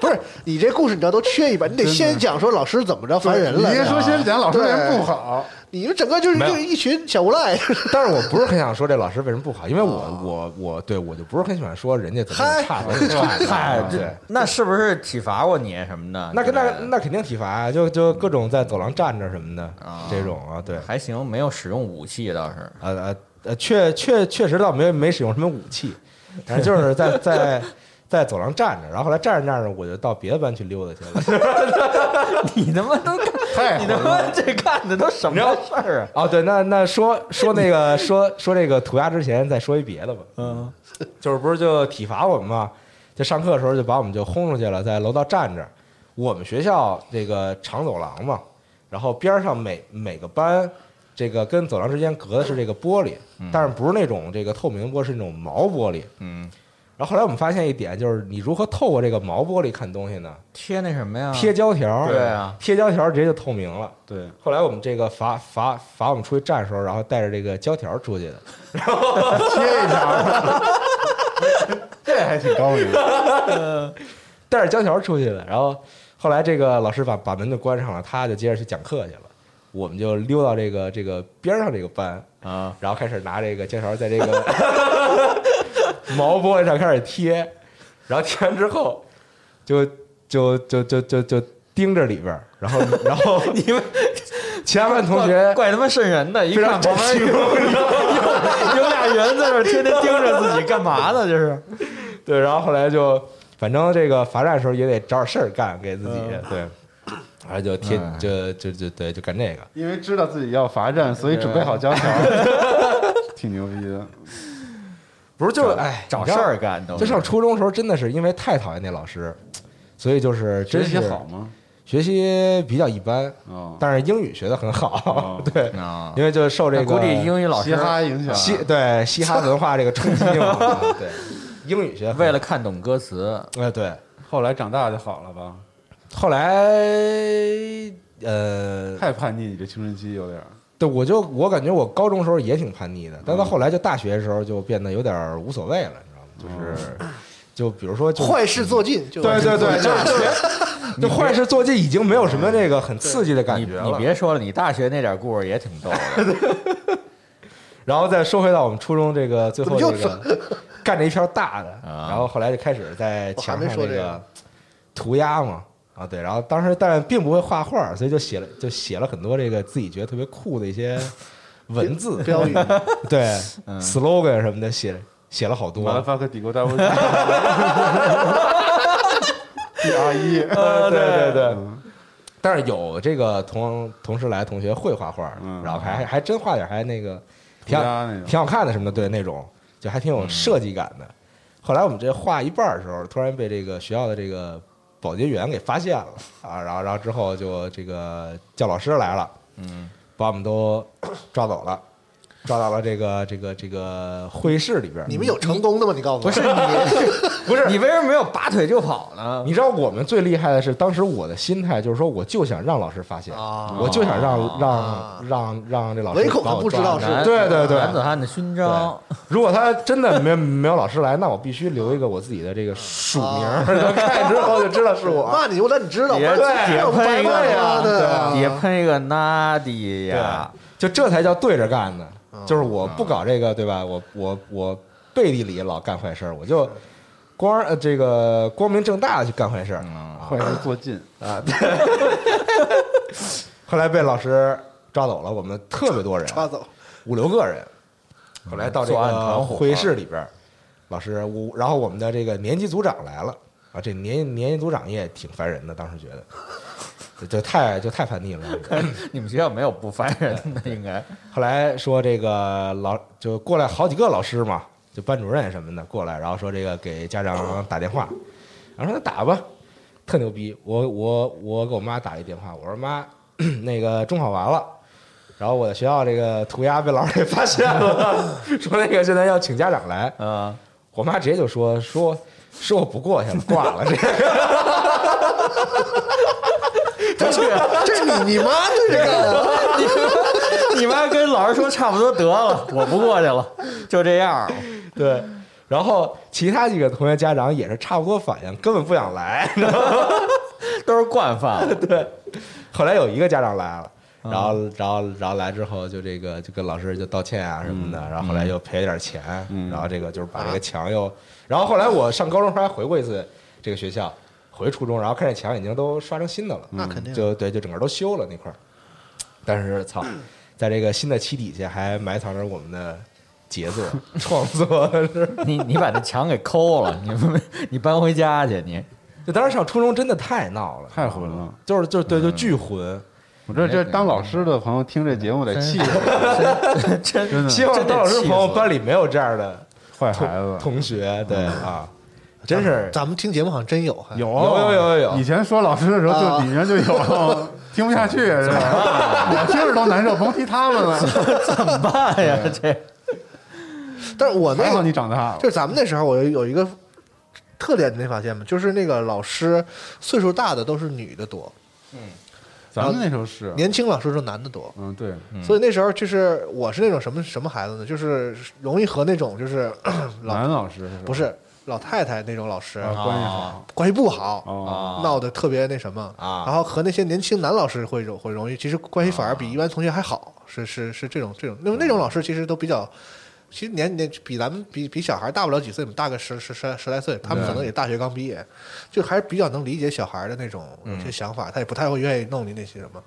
C: 不是，你这故事你知道都缺一半，你得
B: 真的
C: 先讲说老师怎么着烦人了。
B: 你别说先讲老师人
C: 对
B: 不好，
C: 你们整个就是
A: 没有
C: 就是一群小 无赖。
A: 但是我不是很想说这老师为什么不好，因为
B: 啊
A: 我我我对我就不是很喜欢说人家怎么
C: 嗨
A: 差，怎么差
F: 嗨，
A: 对
F: 这。那是不是体罚过你什么的？
A: 那跟那
F: 之类的
A: 那肯定体罚啊，就就各种在走廊站着什么的
F: 啊
A: 这种啊，对，
F: 还行，没有使用武器倒是。
A: 呃呃呃，确确确实倒没没使用什么武器，反正就是在在在走廊站着，然后后来站着站着，我就到别的班去溜达去 了。
F: 你他妈都干，
B: 太
F: 你他妈这干的都什么事儿啊？
A: 哦，对，那那说说那个说说这个涂鸦之前，再说一别的吧。
D: 嗯，
A: 就是不是就体罚我们嘛？就上课的时候就把我们就轰出去了，在楼道站着。我们学校这个长走廊嘛，然后边上每每个班，这个跟走廊之间隔的是这个玻璃，但是不是那种这个透明玻璃，是那种毛玻璃。
F: 嗯，
A: 然后后来我们发现一点，就是你如何透过这个毛玻璃看东西呢？
F: 贴那什么呀？
A: 贴胶条，
F: 啊对啊，
A: 贴胶条直接就透明了。
B: 对，
A: 后来我们这个罚罚罚我们出去站的时候，然后带着这个胶条出去的，
B: 贴一下， 这还挺高明。
A: 带着胶条出去的。然后后来这个老师把把门就关上了，他就接着去讲课去了。我们就溜到这个这个边上这个班，
F: 啊，
A: 然后开始拿这个胶条在这个 毛玻璃上开始贴，然后贴完之后就就就就就就盯着里边儿，然后 然后
F: 你们
A: 其他班同学
F: 怪怪他妈瘆人的，一
A: 非常
F: 看旁边有 有有俩人在这儿天天盯着自己干嘛呢？这是
A: 对，然后后来就反正这个罚站的时候也得找点事儿干给自己，
F: 嗯
A: 对，然后就贴
F: 哎
A: 就就就对就干这个。
B: 因为知道自己要罚站，所以准备好胶条，挺牛逼的。
A: 不是，就是哎，
F: 找
A: 你知道
F: 事儿干都是。
A: 就上初中的时候，真的是因为太讨厌那老师，所以就是真
B: 学
A: 是
B: 习好，吗？
A: 学习比较一般，
B: 哦，
A: 但是英语学的很好
B: 哦，
A: 对，
F: 啊，
A: 因为就受这
F: 那
A: 个
F: 估计英语老
B: 嘻
F: 师
B: 哈影响，
A: 嘻对嘻哈文化这个冲击嘛， 对，英语学
F: 为
A: 了
F: 了看懂歌词，
A: 呃对，
B: 后来长大就好了吧？
A: 后来呃，
B: 太叛逆，你这青春期有点儿。
A: 对我就我感觉我高中时候也挺叛逆的，
F: 嗯
A: 但到后来就大学的时候就变得有点儿无所谓了，你知道吗？就是
F: 哦
A: 就比如说就
C: 坏事做尽，就
A: 对对对，就是就是就坏事做尽已经没有什么这个很刺激的感
F: 你
A: 觉
F: 你
A: 了。
F: 别说了，你大学那点故事 也挺逗的。
A: 然后再说回到我们初中这个最后这
C: 怎
A: 个 干着一票大的，
F: 啊
A: 然后后来就开始在墙上
C: 我还没
A: 那
C: 说这
A: 个
C: 个
A: 涂鸦嘛，啊对，然后当时但并不会画画，所以就写了就写了很多这个自己觉得特别酷的一些 文字
C: 标语，
A: 对、
B: 嗯
A: slogan 什么的写写了好多，
B: ，motherfucker 抵过大 W，D R 一，
A: 呃对对对。
B: 嗯
A: 但是有这个同同时来同学会画画，
B: 嗯
A: 然后还还真画点还那个
B: 涂
A: 挺好
B: 鸦那种，嗯
A: 挺好看的什么的，对那种就还挺有设计感的。后来我们这画一半儿的时候，突然被这个学校的这个保洁员给发现了啊，然后然后之后就这个叫老师来了，
F: 嗯，
A: 把我们都 抓走了，抓到了这个这个这个会议室里边儿。
C: 你们有成功的吗？你告诉
F: 不
C: 我，
F: 是你，不是你为什么没有拔腿就跑呢？
A: 你知道我们最厉害的是，当时我的心态就是说，我就想让老师发现，
C: 啊，
A: 我就想让
C: 啊
A: 让让让这 老师
C: 唯恐
A: 把
C: 他
A: 我
C: 不知
A: 抓
C: 道
A: 住
C: 是
F: 男
A: 对对对
F: 男子汉的勋章，
A: 如果他真的没有没有老师来，那我必须留一个我自己的这个署名儿， 看之后就知道是 我。
C: 啊骂你，我让你知道，
F: 别
C: 不然
F: 别
C: 让我们
F: 喷
C: 白
F: 一个
C: 骂
F: 呀
C: 呀，对
F: 也
C: 啊
F: 喷一个 Nadi 呀，
A: 啊就这才叫对着干呢，就是我不搞这个，对吧？我我我背地里老干坏事儿，我就光呃这个光明正大的去干坏事儿。
B: 坏人做尽，
A: 后来被老师抓走了，我们特别多人，
C: 抓走，
A: 五六个人。后来到这
F: 作案团
A: 个
F: 伙
A: 会议室里边儿，老师我，然后我们的这个年级组长来了啊，这年年级组长也挺烦人的，当时觉得，就就太就太叛逆了。
F: 你们学校没有不烦人的，应该
A: 后来说这个老就过来好几个老师嘛，就班主任什么的过来，然后说这个给家长打电话，然后说那打吧，特牛逼。我我我给我妈打一电话，我说妈，那个中考完了，然后我的学校这个涂鸦被老师给发现了，说那个现在要请家长来。
F: 啊，
A: 我妈直接就说说说我不过去了，挂了这个。
C: 这是你你妈对着干啊，
F: 你妈跟老师说差不多得了，我不过去了，就这样了。
A: 对，然后其他几个同学家长也是差不多反应，根本不想来。
F: 都是惯犯了，
A: 后来有一个家长来了，然后然后然后来之后就这个就跟老师就道歉啊什么的，然后后来又赔了点钱，
B: 嗯
A: 然后这个就是把这个墙又，然后后来我上高中时候还回过一次这个学校，回初中，然后看这墙已经都刷成新的了，
C: 那肯定
A: 就对，就整个都修了那块儿，但是操，在这个新的漆底下还埋藏着我们的。杰作创作是，
F: 你你把那墙给抠了，你们你搬回家去，你
A: 就当时上初中真的太闹了，
B: 太混了。
A: 就是就是对，就巨混。
B: 我这这当老师的朋友听这节目得气死，
F: 真
B: 真的
A: 希望
F: 真得
A: 当老师
F: 气
A: 朋友
F: 死
A: 班里没有这样的
B: 坏
A: 同
B: 孩子。
A: 同学，对啊， 真是
C: 咱们听节目好像真有，还
B: 有
A: 有
B: 啊
A: 有有有
B: 以前说老师的时候就
C: 啊
B: 里面就 有，听不下去是吧？ 我听着都难受，甭提他们了。
F: 怎么办呀？这
C: 但是我那
B: 还好
C: 个
B: 你长大了，
C: 就是咱们那时候，我有有一个特点，你没发现吗？就是那个老师岁数大的都是女的多，
B: 咱们那时候是，
C: 年轻老师是男的多。
B: 嗯对，
C: 所以那时候就是我是那种什么什么孩子呢？就是容易和那种就是老
B: 男老师吧
C: 不是老太太那种老师
B: 啊关系好
C: 关系不好，
B: 哦，
F: 啊
C: 闹得特别那什么
A: 啊
C: 然后和那些年轻男老师会容会容易，其实关系反而比一般同学还好，是是是这种这种，那么那种老师其实都比较。其实年年比咱们比比小孩大不了几岁，大个十十十十来岁，他们可能也大学刚毕业，就还是比较能理解小孩的那种有些想法，他也不太会愿意弄你那些什么。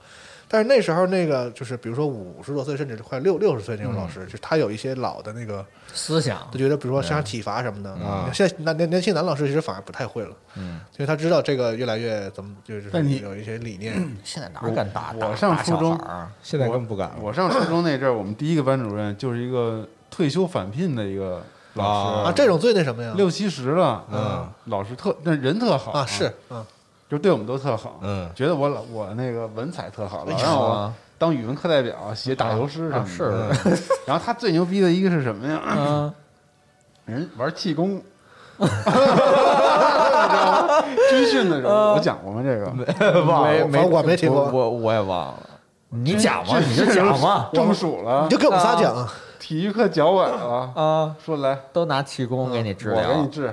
C: 但是那时候那个就是，比如说五十多岁甚至快六六十岁那种老师，就他有一些老的那个
F: 思想
C: 他觉得比如说像体罚什么的，
A: 啊
C: 现在男年年轻男老师其实反而不太会了，嗯，因为他知道这个越来越怎么就是
B: 但你
C: 有一些理念，
F: 现在哪儿敢打？
B: 我
F: 打
B: 我上
F: 打小
B: 初中
F: 孩儿
A: 现在根本不 敢了。
B: 我上初中那阵儿，我们第一个班主任就是一个退休返聘的一个老师
C: 啊，这种最那什么呀？
B: 六七十了，
A: 嗯，
B: 老师特那人特好
C: 啊是，嗯，
B: 就对我们都特好，
A: 嗯
B: 觉得我老我那个文采特好，老
F: 呀
B: 让我当语文课代表写打油诗什
F: 哎啊
B: 么
F: 是
B: 的。嗯然后他最牛逼的一个是什么呀？
F: 嗯，
B: 人玩气功， 你知道吗？军训的时
F: 啊
B: 候我讲过吗？这个
F: 忘了
C: 反正我没听过
F: 我我也忘了。 你讲嘛， 你就
B: 这
F: 讲嘛
B: 中暑了
C: 你就，给我们仨讲啊，
B: 体育课脚崴了，
F: 啊！
B: 说来
F: 都拿气功嗯给你治
B: 我给
F: 疗
B: 你 治，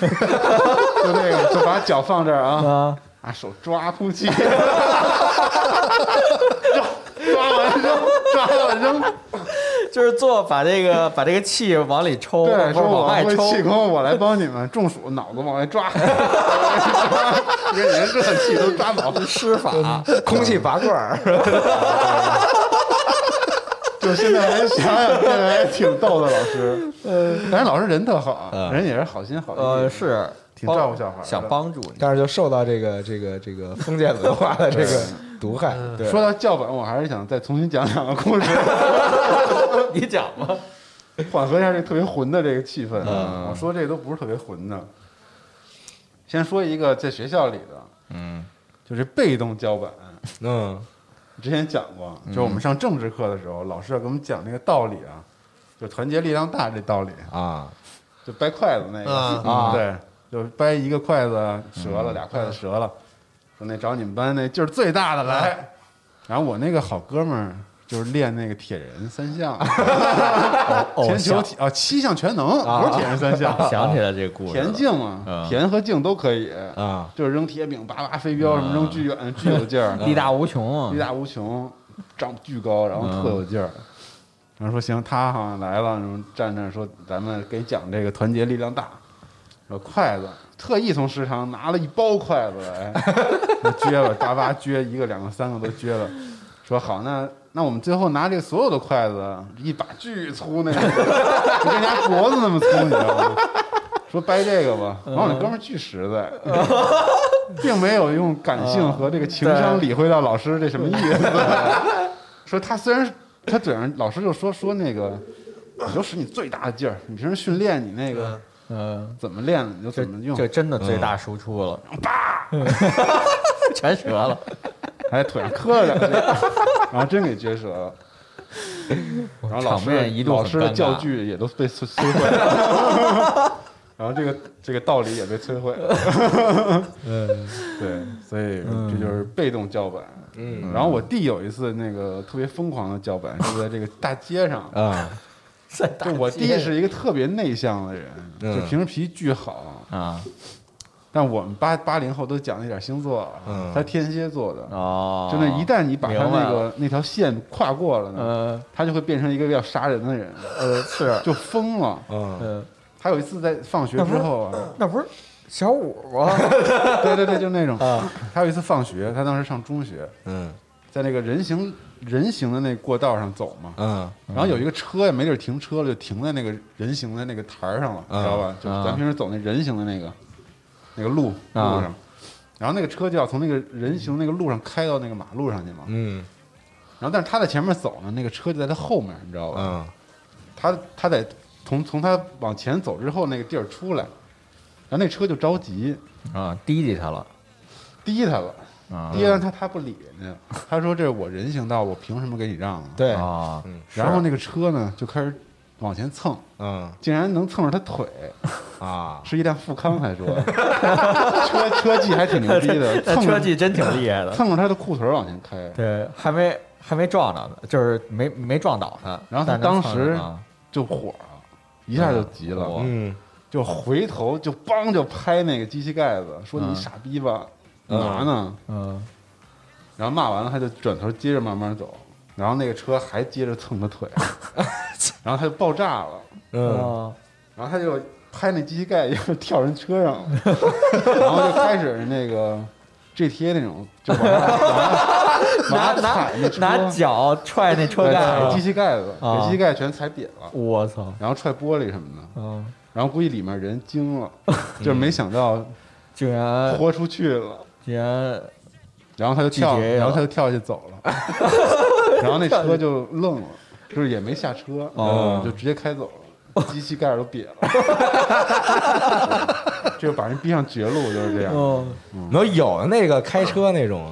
B: 就那个就把脚放这儿啊，
F: 啊！
B: 拿手抓空气， 抓抓完扔，抓完扔，
F: 就就是做把这个把这个气往里抽，或
B: 对，
F: 者
B: 说
F: 往
B: 我
F: 外
B: 会
F: 抽，
B: 气功，我来帮你们中暑，脑子往外抓， 给你们这气都抓脑子，
F: 施法。
G: 空气拔罐儿，
B: 就现在还想想，这还挺逗的老 师。但是老师人特好，
F: 嗯
B: 人也是好心好意，
F: 呃，是
B: 挺
F: 帮
B: 照顾小孩儿的
F: 想帮助你。
G: 但是就受到这个这个这个封建文化的这个毒害。对，
B: 说到教本，我还是想再重新讲两个故事，
F: 你讲吧。
B: 缓和一下这个特别混的这个气氛。啊
F: 嗯
B: 我说这都不是特别混的，先说一个在学校里的，
F: 嗯
B: 就是被动教本。
G: 嗯
B: 之前讲过，就是我们上政治课的时候，老师要给我们讲那个道理啊，就团结力量大这道理，
G: 啊
B: 就掰筷子那个嗯
C: 啊
B: 对，就掰一个筷子折了，俩筷子折了，说那找你们班那劲儿最大的来。然后我那个好哥们儿就是练那个铁人三项，铅球体啊七项全能，不是铁人三项，
F: 啊想起来这个故事了，
B: 田径嘛，
F: 嗯
B: 田和径都可以，
G: 啊，，
B: 就是扔铁饼、叭叭飞镖什么，
F: 嗯
B: 扔巨远巨有劲儿，
F: 力大无穷，啊
B: 力大无穷，长巨高，然后特有劲儿。然后说行，他好像来了，然后站那儿说咱们给讲这个团结力量大。说筷子，特意从食堂拿了一包筷子来， 撅了，叭叭撅一个、两个、三个都撅了。说好，那那我们最后拿这个所有的筷子，一把巨粗那个，就跟人家脖子那么粗，你知道吗？说掰这个吧，然后那哥们儿巨实在， 并没有用感性和这个情商理会到老师这什么意思。 说他虽然是他嘴上老师就说说那个，你就使你最大的劲儿，你平时训练你那个
F: 嗯，
B: 怎么练你就
F: 这
B: 怎么用，
F: 这真的最大输出了， 全折了。
B: 还腿上磕了两下，然后真给撅折了。然后老
F: 场面
B: 师
F: 一度很
B: 老师的
F: 尴尬
B: 教具也都被摧摧毁了， 然后这个这个道理也被摧毁了。对，所以这就是被动叫板。嗯，然后我弟有一次那个特别疯狂的叫板是在这个大街上
G: 啊
B: 就我弟是一个特别内向的人，
G: 嗯
B: 就平时脾气巨好，
F: 啊
B: 但我们八八零后都讲那点星座啊，
G: 嗯
B: 他天蝎座的，
F: 哦，
B: 就那一旦你把他
F: 明白
B: 那
F: 了
B: 个那条线跨过了呢，
F: 呃
B: 他就会变成一个要杀人的人，
F: 呃是
B: 就疯了。
G: 嗯
F: 呃，
B: 他有一次在放学之后啊，
F: 那不是小五吗？
B: 对对对，就那种。他有一次放学，他当时上中学，
G: 啊嗯
B: 在那个人行人行的那过道上走嘛，
G: 嗯
B: 然后有一个车也没地儿停车了，就停在那个人行的那个台儿上了，你
G: 嗯
B: 知道吧？就是咱平时走那人行的那个那个路路
G: 嗯
F: 啊
B: 上，然后那个车就要从那个人行那个路上开到那个马路上去嘛。
G: 嗯
B: 然后但是他在前面走呢，那个车就在他后面，你知道吧？
G: 嗯
B: 他他得从从他往前走之后那个地儿出来，然后那车就着急，
F: 啊，滴滴他了
B: 滴他了，
F: 啊
B: 滴完他他不理人家，他说这是我人行道，我凭什么给你让啊？
G: 对
F: 啊
B: 然后那个车呢就开始往前蹭，
G: 嗯
B: 竟然能蹭着他 腿，
G: 啊
B: 是一辆富康才说，车车技还挺牛逼的，
F: 那
B: 蹭
F: 车
B: 着
F: 技真挺厉害的，
B: 蹭着他的裤腿儿往前开，
F: 对，还没还没撞着呢，就是没没撞倒他。
B: 然后
F: 但是
B: 他
F: 能
B: 当
F: 蹭
B: 时
F: 着啊
B: 就火了，一下就急了，
F: 嗯
G: 嗯
B: 就回头就梆就拍那个机器盖子，说你
F: 嗯
B: 傻逼吧，干嘛呢？
F: 嗯
B: 然后骂完了，他就转头接着慢慢走，然后那个车还接着蹭他 腿，然后他就爆炸了，
G: 嗯
F: 啊
B: 然后他就拍那机器盖，又跳人车上了，然后就开始那个 GTA 那种，就往上
F: 拿
B: 往上
F: 拿
B: 踩那车，
F: 拿脚踹那车盖
B: 踩
F: 子
B: 机，器盖子，
F: 哎啊
B: 给机器盖全踩瘪了，
F: 我操！
B: 然后踹玻璃什么的，
F: 嗯，
B: 然后估计里面人惊了，就是没想到
F: 竟然
B: 豁出去了。
F: 竟然
B: 然后他就跳，
F: 拒绝了
B: 然后他就跳下去 走了，然后那车就愣了，就是也没下车，
F: 哦
B: 就直接开走了，机器盖儿都瘪 了，这个把人逼上绝路就是这样。
F: 哦，
G: 嗯然后有的那个开车那种，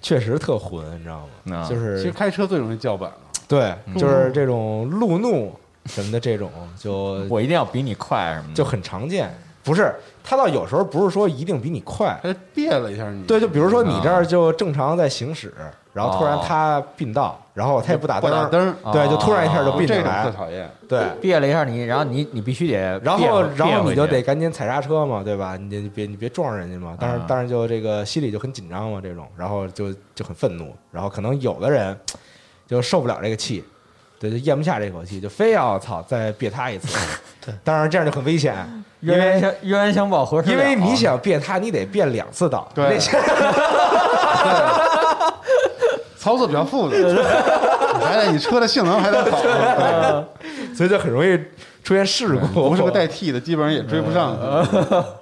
G: 确实特混，你知道吗？
F: 啊
G: 就
B: 其实
G: 是
B: 开车最容易叫板了，
G: 对，就是这种路怒什么的，这种就
F: 我一定要比你快什么的，
G: 就很常见。不是，他倒有时候不是说一定比你快，
B: 他就别了一下你，
G: 对，就比如说
B: 啊
G: 你这儿就正常在行驶，然后突然他并道，然后他也不打
B: 不
G: 灯
B: 打
G: 儿，
B: 灯儿，
F: 啊
G: 对，就突然一下就并起
B: 这种
G: 来
B: 特，讨厌。
G: 对，
F: 别了一下你，然后你你必须得
G: 然
F: 别
G: 后
F: 回，
G: 然后你就得
F: 别回去
G: 赶紧踩刹车嘛，对吧？你你别你别撞人家嘛。但是
F: 啊
G: 但是就这个心里就很紧张嘛，这种，然后就就很愤怒，然后可能有的人就受不了这个气，
A: 对，就咽不下这口气，就非要操再别他一次。对，当然这样就很危险，因
F: 冤冤
A: 为
F: 相冤冤相报何时了啊
A: 因为你，想变他，你得变两次倒。
B: 对
A: 那些
B: 操作比较复杂，还得你车的性能还得 好，对
F: 呃
A: 所以就很容易出现事 故。
B: 不是个代替的，基本上也追不上。
A: 嗯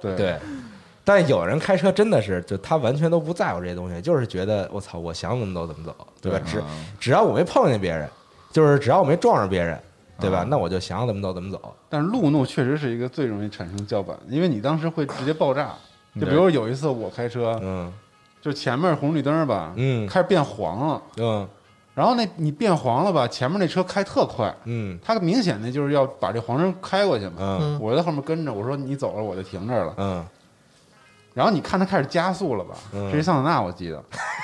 B: 对，
A: 对，但有人开车真的是，就他完全都不在乎这些东西，就是觉得我操，我想怎么走怎么走，对吧？
B: 啊
A: 只只要我没碰见别人，就是只要我没撞上别人，对
B: 啊
A: 吧？那我就想怎么走怎么走。
B: 但是路怒确实是一个最容易产生叫板，因为你当时会直接爆炸。就比如有一次我开车，
A: 嗯
B: 就前面红绿灯吧，
A: 嗯
B: 开始变黄了，
A: 嗯
B: 然后那你变黄了吧，前面那车开特快，
A: 嗯
B: 他明显的就是要把这黄灯开过去嘛。
A: 嗯
B: 我在后面跟着，我说你走了，我就停这儿了。
A: 嗯
B: 然后你看他开始加速了吧？
A: 嗯
B: 这是桑塔纳，我记得，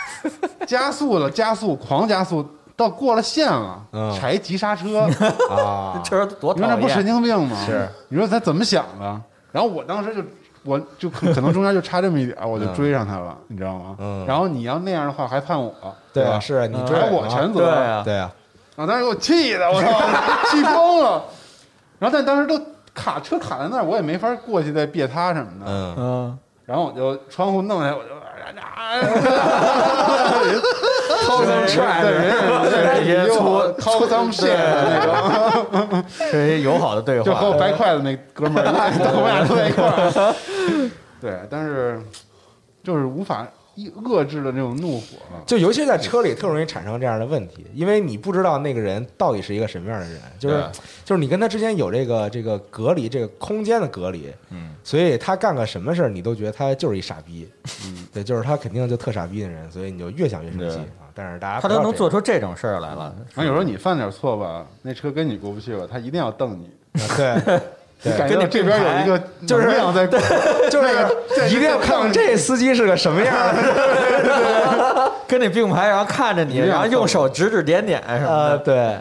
B: 加速了，加速，狂加速，到过了线了
A: 嗯，
B: 踩一急刹车，
A: 啊
F: 这，车多
B: 你说那
F: 讨
B: 不神
F: 厌！
B: 经病吗？
A: 是，
B: 你说他怎么想的？然后我当时就，我就 可可能中间就差这么一点儿，我就追上他了，你知道吗？
A: 嗯
B: 然后你要那样的话，还判我，
A: 对啊，
B: 吧？
A: 是啊你追
B: 还我
A: 啊
B: 全责，
F: 对啊，
A: 对啊，
B: 啊，当时给我气的，我操，气疯了。然后但当时都卡车卡在那儿，我也没法过去再别他什么的。
A: 嗯
F: 嗯，
B: 然后我就窗户弄 下来，我就 啊，
F: 掏
B: 人
F: 这些粗
B: 掏脏屁那种，
F: 这些友好的对话，
B: 就和我掰筷子那哥们儿， 我们俩坐在一块儿。对，但是就是无法抑遏制的那种怒火。
A: 就尤其在车里特容易产生这样的问题，因为你不知道那个人到底是一个什么样的人，就是
F: 对
A: 就是你跟他之间有这个这个隔离，这个空间的隔离，
F: 嗯，
A: 所以他干个什么事儿，你都觉得他就是一傻逼，嗯， 对，就是他肯定就特傻逼的人，所以你就越想越生气
F: 对
A: 啊。但是大家
F: 他
A: 不要
F: 都能
A: 这
F: 做出这种事儿来了，
B: 然后有时候你犯点错吧，那车跟你过不去了，他一定要瞪你。
A: 样 对，对
B: 感觉到这边有一个
A: 就是
B: 能量在过，
A: 就是一定要看看这司机是个什么样儿的，
F: 跟你并排，然后看着你，
B: 一样
F: 然后用手指指点点什么
A: 呃，
F: 的，
A: 对。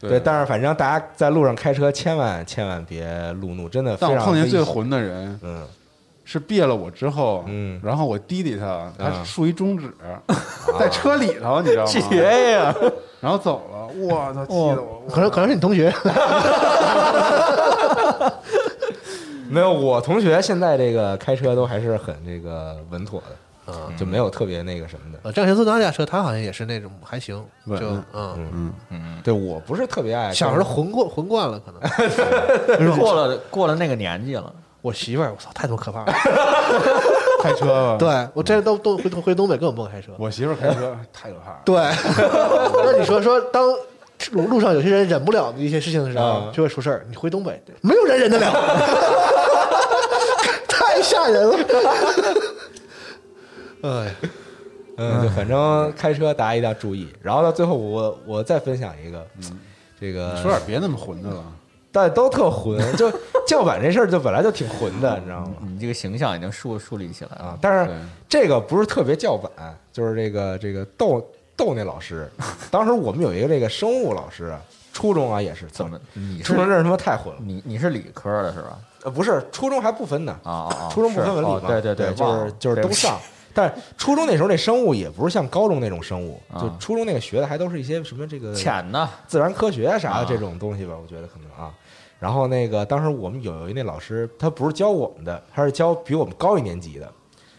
B: 对
A: 对，但是反正大家在路上开车，千万千万别路怒，真的非
B: 但
A: 常
B: 我碰见
A: 啊危
B: 最
A: 险，
B: 混的人
A: 嗯，
B: 是别了我之后，
A: 嗯
B: 然后我滴滴他，他
A: 嗯
B: 竖 一中指，在车里头，你知道吗？
F: 绝呀！
B: 然后走了，我操，气得我，
A: 哦
C: 可能可能是你同学，
A: 没有，我同学现在这个开车都还是很这个稳妥的，嗯，就没有特别那个什么的。
C: 呃战神斯那驾车，他好像也是那种还行，
B: 稳
C: 就嗯，
A: 对我不是特别爱
C: 小时候混过混惯了，可 能
F: 过了过了那个年纪了，
C: 我媳妇儿，我操，太他妈可 怕了。
B: 开车吧，
C: 对我这都都回东回东北根本不敢开车。
B: 我媳妇儿开车太可怕了，
C: 对， 那你说说，当路路上有些人忍不了的一些事情的时候
A: 嗯，
C: 就会出事儿。你回东北，没有人忍得了， 太吓人了。哎，
A: 嗯，就反正开车大家一定要注意。然后到最后我，我再分享一个，这个
B: 说点别那么混的了，
A: 但都特混，就叫板这事儿就本来就挺混的，你知道吗？
F: 你这个形象已经树树立起来了
A: 啊，。但是
B: 对
A: 这个不是特别叫板，就是这个这个逗逗那老师。当时我们有一个这个生物老师，初中啊也是
F: 怎么？你
A: 初
F: 是
A: 中这他妈太混了，
F: 你你是理科的是吧？
A: 呃，不是初中还不分呢
F: 啊啊啊！
A: 初中不
F: 是
A: 分文理
F: 哦
A: 嘛，
F: 对
A: 对
F: 对，忘
A: 就
F: 了
A: 是就是
F: 对
A: 都
F: 不起
A: 上。但是初中那时候那生物也不是像高中那种生物，
F: 啊
A: 就初中那个学的还都是一些什么这个
F: 浅呢，
A: 自然科学啊啥
F: 啊
A: 的这种东西吧，我觉得可能啊。然后那个当时我们有一那老师，他不是教我们的，他是教比我们高一年级的。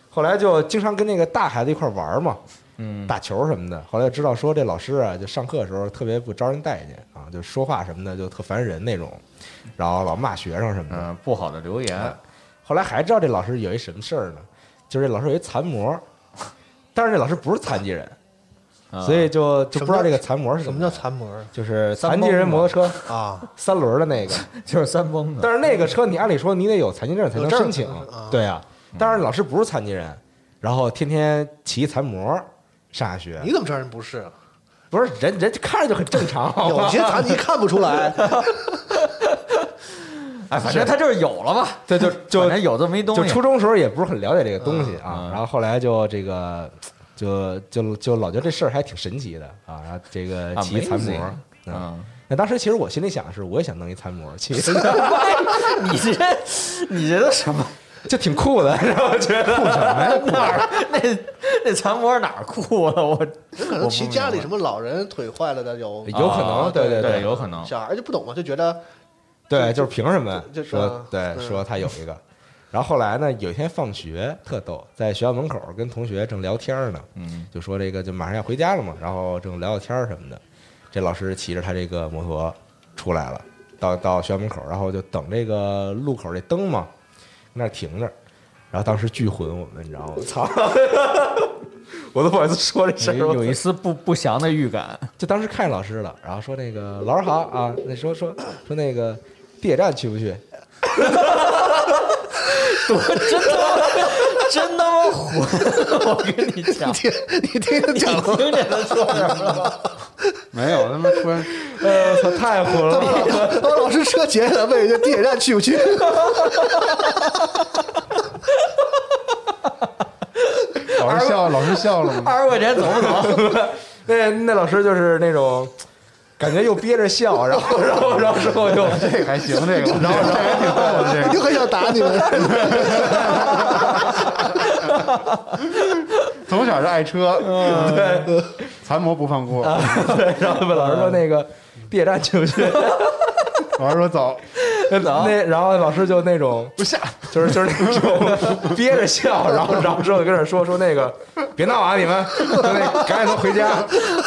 A: 后来就经常跟那个大孩子一块儿玩儿嘛，
F: 嗯，
A: 打球什么的。后来就知道说这老师啊，就上课的时候特别不招人待见啊，就说话什么的就特烦人那种，然后老骂学生什么的。
F: 嗯，不好的留言，
A: 后来还知道这老师有一什么事儿呢？就是这老师有一残模，但是这老师不是残疾人，
F: 啊
A: 嗯所以就就不知道这个残模是
C: 什
A: 么
C: 么
A: 来
C: 叫
A: 的？
C: 残模
A: 就是残疾人摩托车
C: 啊？
A: 三轮的 那个，
F: 就是三崩的。
A: 但是那个车你按理说你得有残疾证才能
C: 有证
A: 申请
C: 啊，
A: 对啊。但是老师不是残疾人，然后天天骑残模上下学
C: 你，怎么知道人不是啊？
A: 不是人人看着就很正 常，
G: 哦
A: 好
C: 有
A: 吧
C: 些残疾看不出来，
F: 哎，反正他就是有了吧，
A: 对，就
F: 反
A: 就
F: 正有这么一东
A: 就
F: 西。
A: 初中时候也不是很了解这个东西啊
F: 嗯，
A: 然后后来就这个，就就就老觉得这事儿还挺神奇的啊，然后这个
F: Amazing
A: 骑残模，嗯，
F: 嗯，
A: 那当时其实我心里想的是，我也想弄一残模骑，
F: 你这你这都什么？
A: 这挺酷的，然后觉得
F: 酷什么呀？哪儿那那残模哪儿酷了？我
C: 可能其家里什么老人腿坏了的有，
A: 有可能
F: 啊
A: 对对
F: 对
A: 对
F: 有可能。
C: 小孩就不懂嘛，就觉得
A: 对，就是凭什么
C: 就就
A: 说
C: 嗯
A: 对
C: 嗯
A: 说他有一个。然后后来呢，有一天放学特逗，在学校门口跟同学正聊天呢，
F: 嗯，
A: 就说这个就马上要回家了嘛，然后正聊聊天什么的，这老师骑着他这个摩托出来了，到到学校门口，然后就等这个路口这灯嘛，那儿停着，然后当时巨混我们，你知道吗？操，我都不好意思说这事儿，
F: 有有一丝不不祥的预感。
A: 就当时看见老师了，然后说那个老师好啊，那说说说那个地铁站去不去？
F: 真他妈混！我跟你讲，
C: 听你听他讲了，
F: 听见他说什么了？
B: 没有，他妈突然
A: 呃，我操，太混
C: 他把
A: 了！
C: 老把老师车截下来问人家地铁站去不去，
B: 老师笑，老师笑了吗？
F: 二十块钱走不走？
A: 那那老师就是那种感觉又憋着笑，然后然后 然后之后又
B: 这 个还行，这个，然后这还挺逗的，这个
C: 就很想打你们。
B: 从小是爱车，
A: 对，
B: 残模不放过。
A: 然后问老师说那个地铁站去不去？
B: 老师说走，
A: 那然后老师就那种不下， 就是就是那 种憋着笑，然后然后之后跟那说说那个别闹啊你们，说那赶紧都回 家。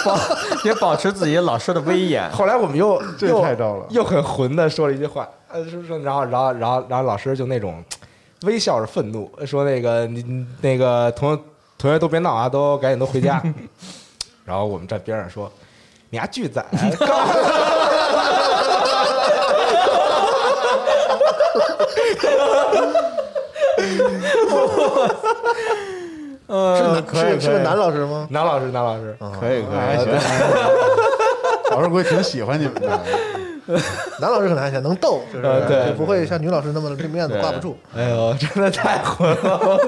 F: 保也保持自己老师的威 严。
A: 后来我们又
B: 这
A: 又
B: 太逗了
A: 又很混的说了一句话，呃，是说然后然后然后然后老师就那种微笑着愤怒说那个你你那个同同学都别闹啊，都赶紧都回家。 然后我们站边上说，你丫巨 崽，刚
F: 呃，可以
C: 是是
F: 可
C: 个
F: 以。
C: 男老师吗？
A: 男老师男老
F: 嗯
A: 师，
B: 可以可以，还
A: 哎
B: 行。还行老师估计挺喜欢你们的，
C: 男老师可能还行，能逗，就是
A: 呃对
C: 就不会像女老师那么这面子挂不住。
A: 哎呦，真的太混了。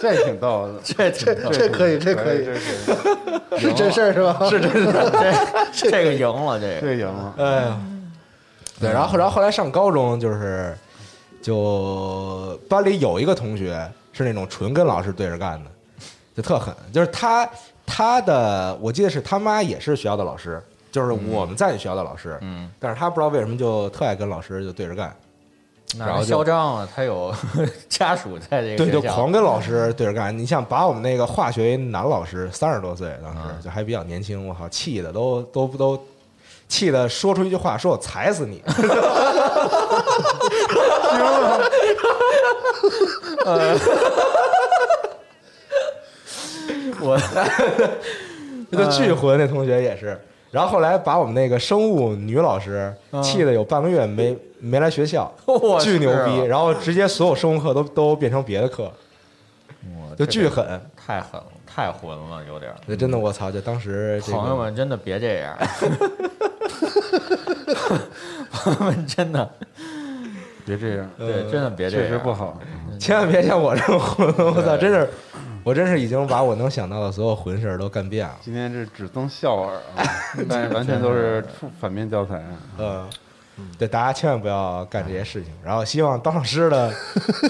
B: 这也挺逗的。
F: 这
C: 这这可以，这可以， 是真事儿 是吧？是真事儿。
F: 这这个赢了，这个
B: 这赢了。
A: 哎呀，对，然后然后后来上高中就是，就班里有一个同学是那种纯跟老师对着干的，就特狠，就是他他的我记得是他妈也是学校的老师，就是我们在学校的老师，
F: 嗯，
A: 但是他不知道为什么就特爱跟老师就对着干，然
F: 哪
A: 后
F: 儿
A: 就
F: 嚣张了？他有 家属在这个
A: 对，
F: 学
A: 就
F: 校嗯
A: 狂跟老师对着干。你像把我们那个化学男老师三十多岁，当时
F: 嗯
A: 就还比较年轻，我靠，气的都都都气的说出一句话，说我踩死你。
F: 我
A: 那个巨混那同学也是。然后后来把我们那个生物女老师
F: 嗯，
A: 气的有半个月没没来学校
F: 我
A: 巨牛
F: 是
A: 逼。
F: 啊
A: 然后直接所有生物课都都变成别的课，
F: 我
A: 就
F: 这
A: 巨
F: 个
A: 狠。
F: 太狠了，太混了，有点儿。
A: 那真的我操！就当时这个
F: 朋友们真的别这样， 朋友们真的
B: 别这样，
F: 对，真的别这样，
B: 确实不好。
A: 千万别像我这么混，我操！真是，我真是已经把我能想到的所有混事儿都干遍了。
B: 今天是只增笑耳啊， 但是完全都是负反面教材啊。
A: 嗯，对，大家千万不要干这些事情。然后希望当老师的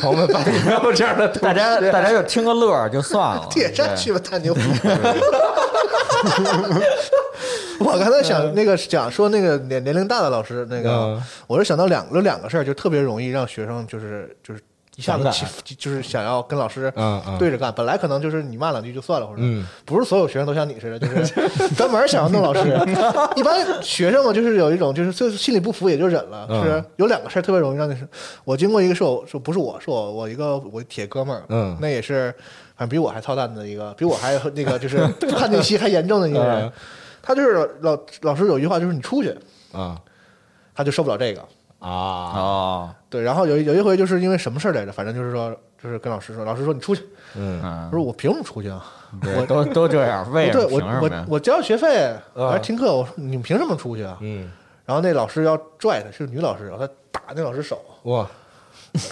A: 朋友们班里没有这样的同
F: 大家
A: 学。
F: 大家就听个乐儿就算
A: 哦
F: 了。 啊
C: 铁站去吧，大牛逼！我刚才想那个讲说那个年年龄大的老师，那个
A: 嗯
C: 我是想到两有两个事儿，就特别容易让学生就是就是一下子
A: 反感
C: 起就是想要跟老师
A: 嗯嗯
C: 对着干。本来可能就是你骂两句就算了，或者
A: 嗯
C: 不是所有学生都像你似的，就是 专门想要弄老师。 一般学生嘛，就是有一种就是就是心里不服也就忍了。
A: 嗯
C: 是有两个事儿特别容易让你是，我经过一个是我说不是我是我我一个我铁哥们儿，
A: 嗯
C: 那也是，反正比我还操蛋的一个，比我还那个就是叛逆期还严重的一个人
A: 嗯。
C: 他就是老老师有一句话就是你出去，
A: 啊
C: 他就受不了这个。
A: 啊
F: 哦，
C: 对，然后有一有一回就是因为什么事儿来着，反正就是说就是跟老师说，老师说你出去，
A: 嗯
C: 我
F: 嗯，
C: 说我凭什么出去啊？
F: 对，都都这样，为什
C: 对
F: 么？
C: 我
F: 凭什么
C: 我
F: 呀？
C: 我交学费，
A: 嗯
C: 还是听课，我说你们凭什么出去啊？
A: 嗯，
C: 然后那老师要拽他，是女老师，然后他打那老师手，
A: 哇，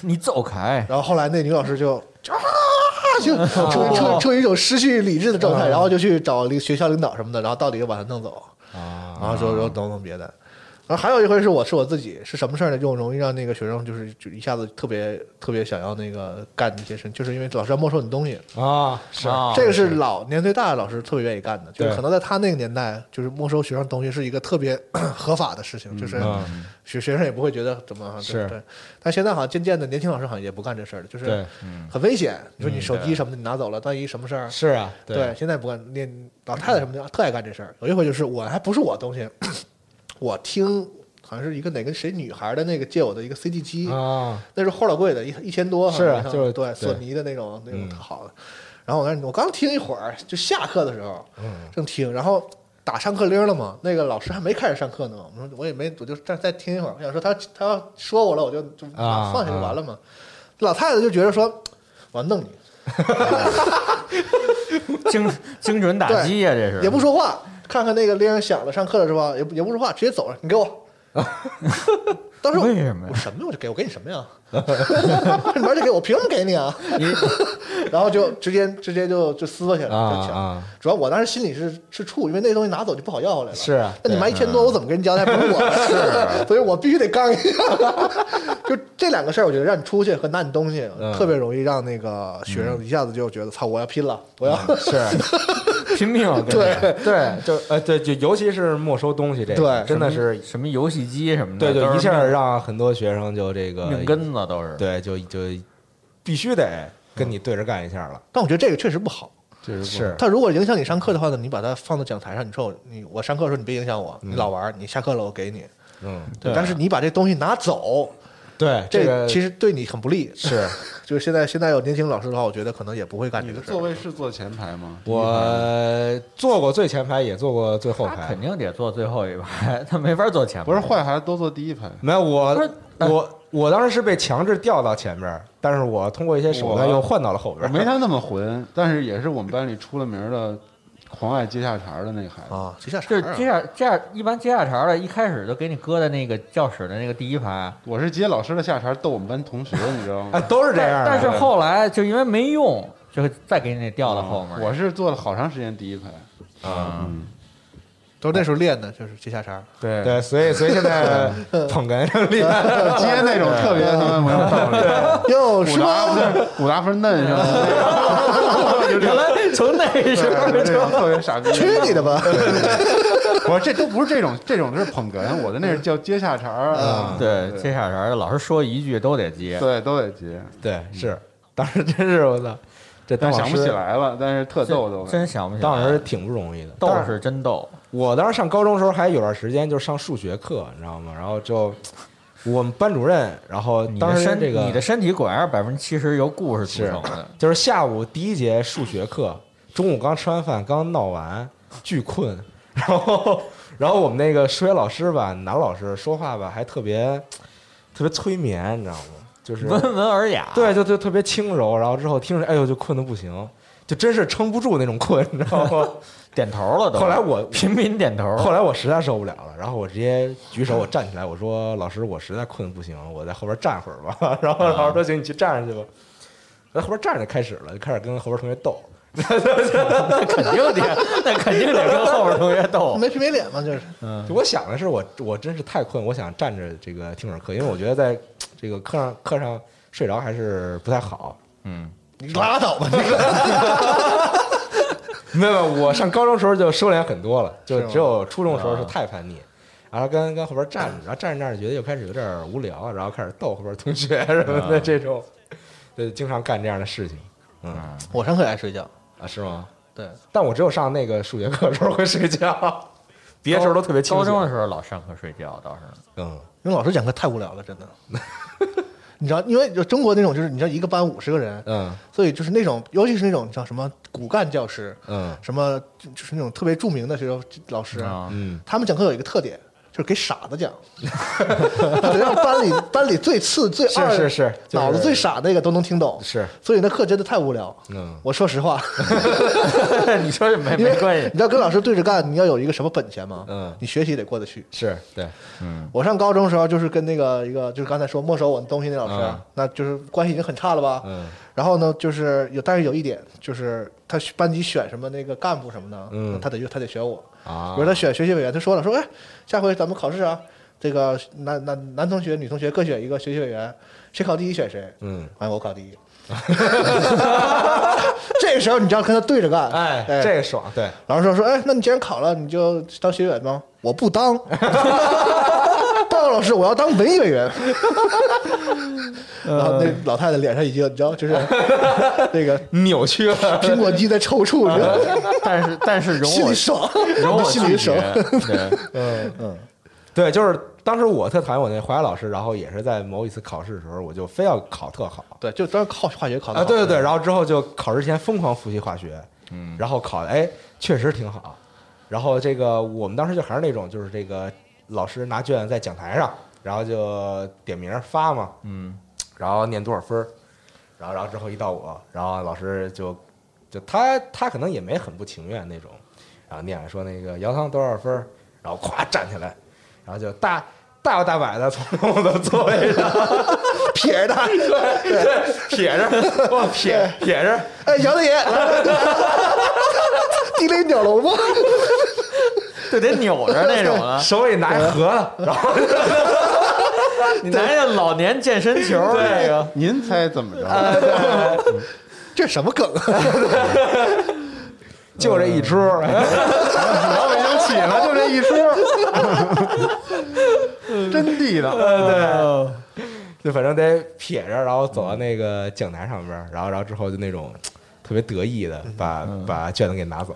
F: 你走开！
C: 然后后来那女老师就就啊，就
F: 哦
C: 处于 处于处于一种失去理智的
F: 嗯
C: 状
F: 啊
C: 啊态，然后就去找领学校领导什么的，然后到底就把他弄走，然后说说等等别的，然后还有一回是我是我自己是什么事儿呢？就容易让那个学生就是就一下子特别特别想要那个干一些事，就是因为老师要没收你东西，
G: 啊，
F: 是啊
C: 这个是老年最大的老师特别愿意干的，就是
G: 对
C: 可能在他那个年代，就是没收学生东西是一个特别 合法的事情，就是
G: 嗯
C: 学学生也不会觉得怎么对
G: 是
C: 对。但现在好像渐渐的，年轻老师好像也不干这事儿了，就是
G: 对，嗯
C: 很危险。你说你手机什么的你拿走了，万一什么事儿？
G: 是啊，
C: 对，现在不干。那老太太什么的特爱干这事儿。有一回就是我还不是我东西， 我听好像是一个哪个谁女孩的那个借我的一个 CD 机，
G: 啊，
C: 那是后老贵的，一一千多，
G: 是啊
C: 好像
G: 就是
C: 对索
G: 对
C: 尼的那种那种
G: 嗯
C: 特好的。然后我那我刚听一会儿，就下课的时候
G: 嗯
C: 正听，然后打上课铃了嘛，那个老师还没开始上课呢，我说我也没，我就再再听一会儿，我想说他他要说我了，我就就
G: 啊
C: 放下就完了嘛。老太太就觉得说我要弄你，
F: 精精准打击呀，这是
C: 也不说话，看看那个铃响了，上课了是吧？也不也不说话，直接走了，你 给我。当时我
F: 为什么呀
C: 我什么呀我就给我给你什么呀？你玩就给我，凭什么给你啊？然后就直接直接就就撕巴起来
G: 啊
C: 了，就抢。
G: 啊
C: 主要我当时心里是是怵，因为那东西拿走就不好要回来了。
G: 是啊
C: 那你
G: 对
C: 卖一千
F: 嗯
C: 多，我怎么跟你交代？不是
F: 啊
C: 我，所以我必须得刚一下。就这两个事儿，我觉得让你出去和拿你东西，
G: 嗯
C: 特别容易让那个学
F: 嗯
C: 生一下子就觉得操，我要拼了，我要。
G: 是，
F: 拼命
G: 啊
F: 跟你
C: 对
G: 对，就呃对，就尤其是没收东西这个，
C: 对
G: 真的
F: 什么
G: 是，
F: 什么游戏机什么的，
G: 对
F: 都
G: 对，
F: 是
G: 一下让很多学生就这个
F: 命根子都是。
G: 对，就就必须得跟你对着干一下了，
C: 但我觉得这个确实不好。
G: 是是
C: 他如果影响你上课的话呢，你把它放到讲台上，你说我你我上课的时候你别影响我，你老玩儿，你下课了我给你。
G: 嗯，
F: 对
C: 但是你把这东西拿走，
G: 对，
C: 这
G: 个
C: 其实对你很不利。
G: 是
C: 就是现在现在有年轻老师的话，我觉得可能也不会干这
B: 你的
C: 个事
B: 座
C: 儿。
B: 位是坐前排吗？
G: 我坐过最前排，也坐过最后
F: 他
G: 排
F: 肯，定得坐最后一排， 他没法坐前排。
B: 不是坏孩子都坐第一排。
G: 没有
F: 不
G: 我
F: 是
G: 我我当时是被强制调到前边儿，但是我通过一些手段
B: 我
G: 又换到了后边
B: 我
G: 儿，
B: 没他那么混，但是也是我们班里出了名儿的狂爱接下茬儿的那个孩子。
C: 啊，接下茬
F: 就是
C: 儿
F: 这
C: 啊
F: 样，这样一般接下茬的，一开始就给你搁在那个教室的那个第一排。
B: 我是接老师的下茬儿逗我们班同学，你知道
G: 啊，
B: 吗？
G: 都是这样
F: 但
G: 的。
F: 但是后来就因为没用，就再给你调到
G: 嗯
F: 后面。
B: 我是坐了好长时间第一排。
G: 啊，
B: 嗯，
C: 都是那时候练的，就是接下茬儿。
B: 对
G: 对，所以所以现在捧哏上厉害，
B: 接那种特别他妈没有道理，
C: 哟，是
B: 古达
C: 吗？
B: 分古达分嫩是吧？就这
F: 原
B: 样
F: 来从那时候
B: 对就这
F: 就
B: 种特别傻逼。
C: 去你的吧！
B: 我这都不是这种，这种是捧哏，我的那是叫接下茬
C: 嗯
B: 儿啊。
F: 对
B: 对
F: 接下茬的，老师说一句都得接。
B: 对，都得接，
G: 对，是，当时真是我操，这当老
B: 但想
G: 师
B: 不起，来了，但是特逗逗。
F: 真想不起来。
G: 当时挺不容易的。
F: 逗
G: 但
F: 是真逗，
G: 我当时上高中的时候还有段时间就是上数学课，你知道吗？然后就我们班主任，然后
F: 你
G: 当
F: 的
G: 时
F: 身
G: 这个
F: 你的身体果然是百分之七十由故事组
G: 是
F: 成的。
G: 就是下午第一节数学课，中午刚吃完饭，刚闹完，巨困，然后 然后我们那个数学老师吧，男老师说话吧还特别特别催眠，你知道吗？就是
F: 温文尔雅，
G: 对，就就特别轻柔，然后之后听着，哎呦就困的不行，就真是撑不住那种困，你知道吗？
F: 点头了都。
G: 后来我
F: 频频点 头，
G: 后来我实在受不了了，然后我直接举手，我站起来，我说：“老师，我实在困得不行，我在后边站会儿 吧。”然后老师说：“行，你去站着去吧。”在后边站着就开始了，就开始跟后边同学斗。
F: 那肯定得， 那肯定得跟后边同学斗。
C: 没皮没脸嘛，就是
G: 就我想的是我，我真是太困，我想站着这个听会儿课，因为我觉得在这个课上课上睡着还是不太好。
F: 嗯，
C: 你拉倒吧，你
G: 没有，没有我上高中时候就收敛很多了，就是
C: 吗
G: 只有初中时候是太叛逆，啊然后跟跟后边站着，然后站着站着觉得又开始有点儿无聊，然后开始逗后边同学什么的
F: 啊
G: 这种，对，经常干这样的事情
F: 嗯
C: 我上课也爱睡觉，
G: 啊，是吗？
C: 对，
G: 但我只有上那个数学课的时候会睡觉，别的时候都特别清
F: 高
G: 醒
F: 中。的时候老上课睡觉倒是，
G: 嗯，
C: 因为老师讲课太无聊了，真的。 你知道，因为就中国那种，就是你知道一个班五十个人，
G: 嗯
C: 所以就是那种，尤其是那种叫什么骨干教师，
G: 嗯
C: 什么就就是那种特别著名的学校老师，
F: 啊
G: 嗯，
C: 他们讲课有一个特点，就是给傻子讲， 他得让班里班里最次、最
G: 是
C: 二、
G: 是是就是
C: 脑子最傻那个都能听懂，
G: 是
C: 所以那课真的太无聊。
G: 嗯
C: 我说实话，
F: 你说没
C: 因为
F: 没关系
C: 你，知道跟老师对着干，你要有一个什么本钱吗？
G: 嗯
C: 你学习得过得去。
G: 是对，
C: 我上高中的时候，就是跟那个一个就是刚才说没收我东西那老师，啊
G: 嗯
C: 那就是关系已经很差了吧？
G: 嗯
C: 然后呢，就是有，但是有一点就是他班级选什么那个干部什么的，
G: 嗯
C: 他得他得选我。
G: 啊
C: 比如他选学习委员，他说了说，哎，下回咱们考试啊，这个男男男同学、女同学各选一个学习委员，谁考第一选谁。
A: 嗯，
C: 完我考第一。 这个时候你就要跟他对着干。
A: 哎，
C: 哎
A: 这个爽，对，
C: 老师说说，哎，那你既然考了，你就当学员吗？我不当。 报告老师，我要当文艺委员。然后那老太太脸上已经，你知道，就是 那个
A: 扭曲了，
C: 苹果肌在抽搐，你知道吗
F: 但是但是容
C: 心
F: 我
C: 里爽，
F: 容我
C: 心
F: 拒
C: 里爽
F: 绝。，对，
A: 嗯
C: 嗯，
A: 对，就是当时我特讨厌我那化学老师，然后也是在某一次考试的时候，我就非要考特好
C: 对，就专靠化学考的
A: 啊，对对对，然后之后就考试前疯狂复习化学，
F: 嗯，
A: 然后考的哎确实挺好，然后这个我们当时就还是那种就是这个老师拿卷在讲台上，然后就点名发嘛，
F: 嗯，
A: 然后念多少分儿，然后然后之后一到我，然后老师就就他他可能也没很不情愿那种，然后念完说那个姚汤多少分儿，然后咵站起来，然后就大大摇大摆的从我的座位上
C: 撇着他。
A: 对对撇着，我撇撇着，
C: 哎，杨大爷，来来来地雷鸟笼吗？
F: 就得扭着那种 啊的。
A: 手里拿一盒子，然后
F: 你拿着老年健身球那个，
B: 您猜怎么着？
C: 这什么梗？啊
A: 就这一出，
B: 老北京起了，就这一出，真地道。
A: 就反正得撇着，然后走到那个讲台上边儿，然后然后之后就那种特别得意的把把卷子给拿走，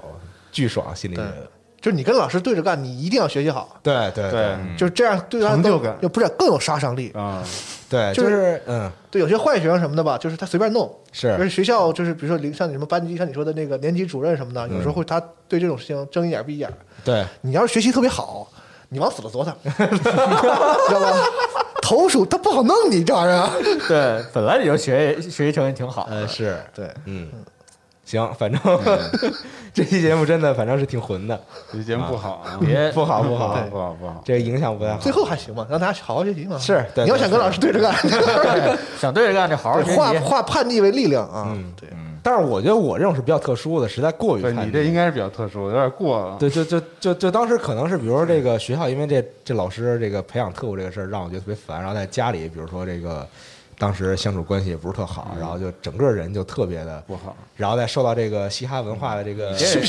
A: 巨爽，心里觉得。
C: 就是你跟老师对着干，你一定要学习好，
A: 对对
B: 对
C: 就是这样对他
B: 成就
C: 更
B: 感
C: 就不是更有杀伤力。
B: 啊，
A: 对，
C: 就
A: 就是是嗯
C: 对，有些坏学生什么的吧，就是他随便弄，
A: 是
C: 就是学校就是比如说零像你什么班级，像你说的那个年级主任什么的，有时候会他对这种事情睁一眼闭一眼。
A: 嗯对
C: 你要是学习特别好，你往死了琢腾， 知道吧？投鼠他不好弄你这玩意 儿。
F: 对，本来你就学学习成绩挺好的
A: 呃，是
C: 对，
A: 嗯行，反正嗯 这期节目真的反正是挺混的，
B: 这节目不好啊，
F: 别
A: 不好不
B: 不好
A: 好，
B: 不好不好。
A: 这个影响不太好
C: 最。后还行吧，让大家好好学习嘛。
A: 是对
C: 你要
A: 对
C: 想跟
A: 是
C: 老师对着干，
F: 想对着干就好好学
C: 化
F: 习。
C: 化叛逆为力量啊。
A: 嗯
C: 对，
A: 但是我觉得我这种是比较特殊的，实在过于
B: 对
A: 叛
B: 你
A: 逆
B: 这应该是比较特殊，有点过了。
A: 对，就就就就当时可能是，比如说这个学校，因为这这老师这个培养特务这个事儿，让我觉得特别烦。然后在家里，比如说这个当时相处关系也不是特好，然后就整个人就特别的
B: 不好。
A: 然后再受到这个嘻哈文化的这个，
C: 这跟跟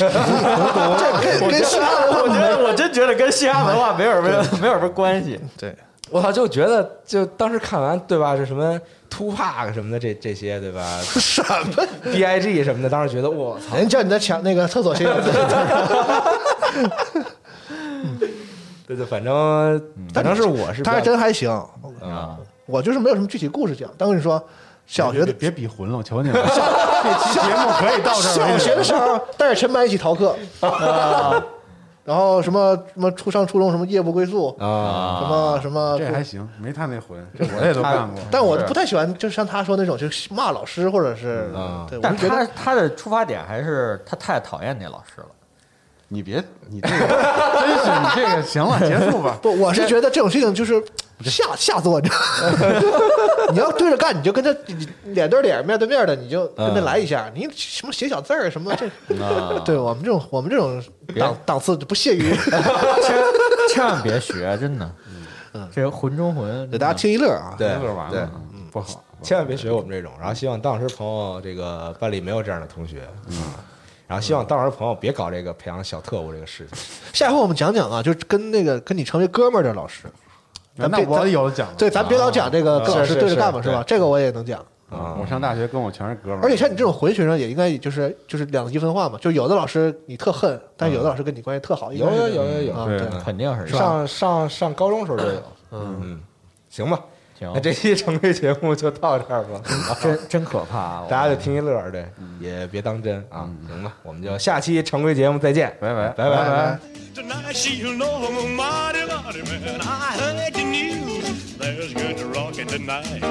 C: 西安
F: 我觉得我真觉得跟嘻哈文化没有什么没有什么关系。
C: 对
A: 我操，就觉得就当时看完对吧，这什么 Tupac 什么的这这些对吧
C: 什么？
A: ，B.I.G 什么的，当时觉得我操，
C: 人叫你在墙那个厕所洗手。
A: 对对，反正反正是我是比较
C: 他还真还行，
F: 啊，
C: 我就是没有什么具体故事讲。但我跟你说，小学
B: 别
C: 的
B: 别比混了，我求你了。这期节目可以到这儿
C: 小
B: 为止啊
C: 学的时候带着陈白一起逃课，然后什么什么初上初中什么夜不归宿，
A: 啊，
C: 什么什么
B: 这还行，没他那混， 这我也都干过。
C: 但我不太喜欢，就像他说那种，就是骂老师或者是
B: 嗯
A: 啊，
C: 对，我
F: 但
C: 就觉
F: 他
C: 得
F: 他的出发点还是他太讨厌那老师了。
B: 你别，你这个真是你这个行了，结束吧。
C: 不，我是觉得这种事情就是下下作，你知道吗？ 你要对着干，你就跟他你脸对脸、面对面的，你就
B: 嗯
C: 跟他来一下。你什么写小字儿啊什么这，对我们这种我们这种档档次就不 屑于
F: 千千万别学，啊真的。这个魂中嗯魂，
C: 给大家听一乐啊。
A: 对
B: 乐完
A: 对
B: 了，，嗯不好。
A: 千万别学我们这种。然后希望当时朋友这个班里没有这样的同学，嗯，然后希望当时朋友别搞这个培养小特务这个事情。
C: 下回我们讲讲啊，就是跟那个跟你成为哥们儿的老师，咱
B: 那
C: 别
B: 我
C: 咱
B: 有讲了，
C: 对，咱别老讲这个
A: 啊
C: 跟老师
A: 是嗯
C: 对着
A: 是
C: 干嘛
A: 是
C: 是吧？这个我也能讲。
B: 啊，我上大学跟我全是哥们儿。
C: 而且像你这种混学生，也应该就是就是两极分化嘛。就有的老师你特恨，但有的老师跟你关系特好。一
A: 有
C: 般
A: 嗯
C: 是
A: 有
C: 这样
A: 有有有，
C: 啊，
B: 对
C: 对，
F: 嗯肯定是吧？
A: 上上上高中时候就有，嗯行吧，
F: 行
G: 哎
A: 那这期常规节目就到这儿吧，
F: 真真可怕啊！我
A: 大家就听一乐儿，对，也别当真啊，行吧，我们就下期常规节目再见，
B: 拜拜
A: 拜拜。
E: Tonight she'll know I'm a mighty, mighty man. I heard the news. There's good rockin' tonight.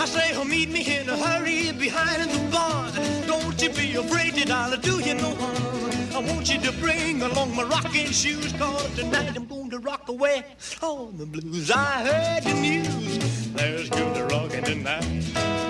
E: I say, oh, meet me in a hurry behind the bars. Don't you be afraid that I'll do you no harm. I want you to bring along my rocking shoes, cause tonight I'm going to rock away all the blues. I heard the news. There's good rockin' tonight.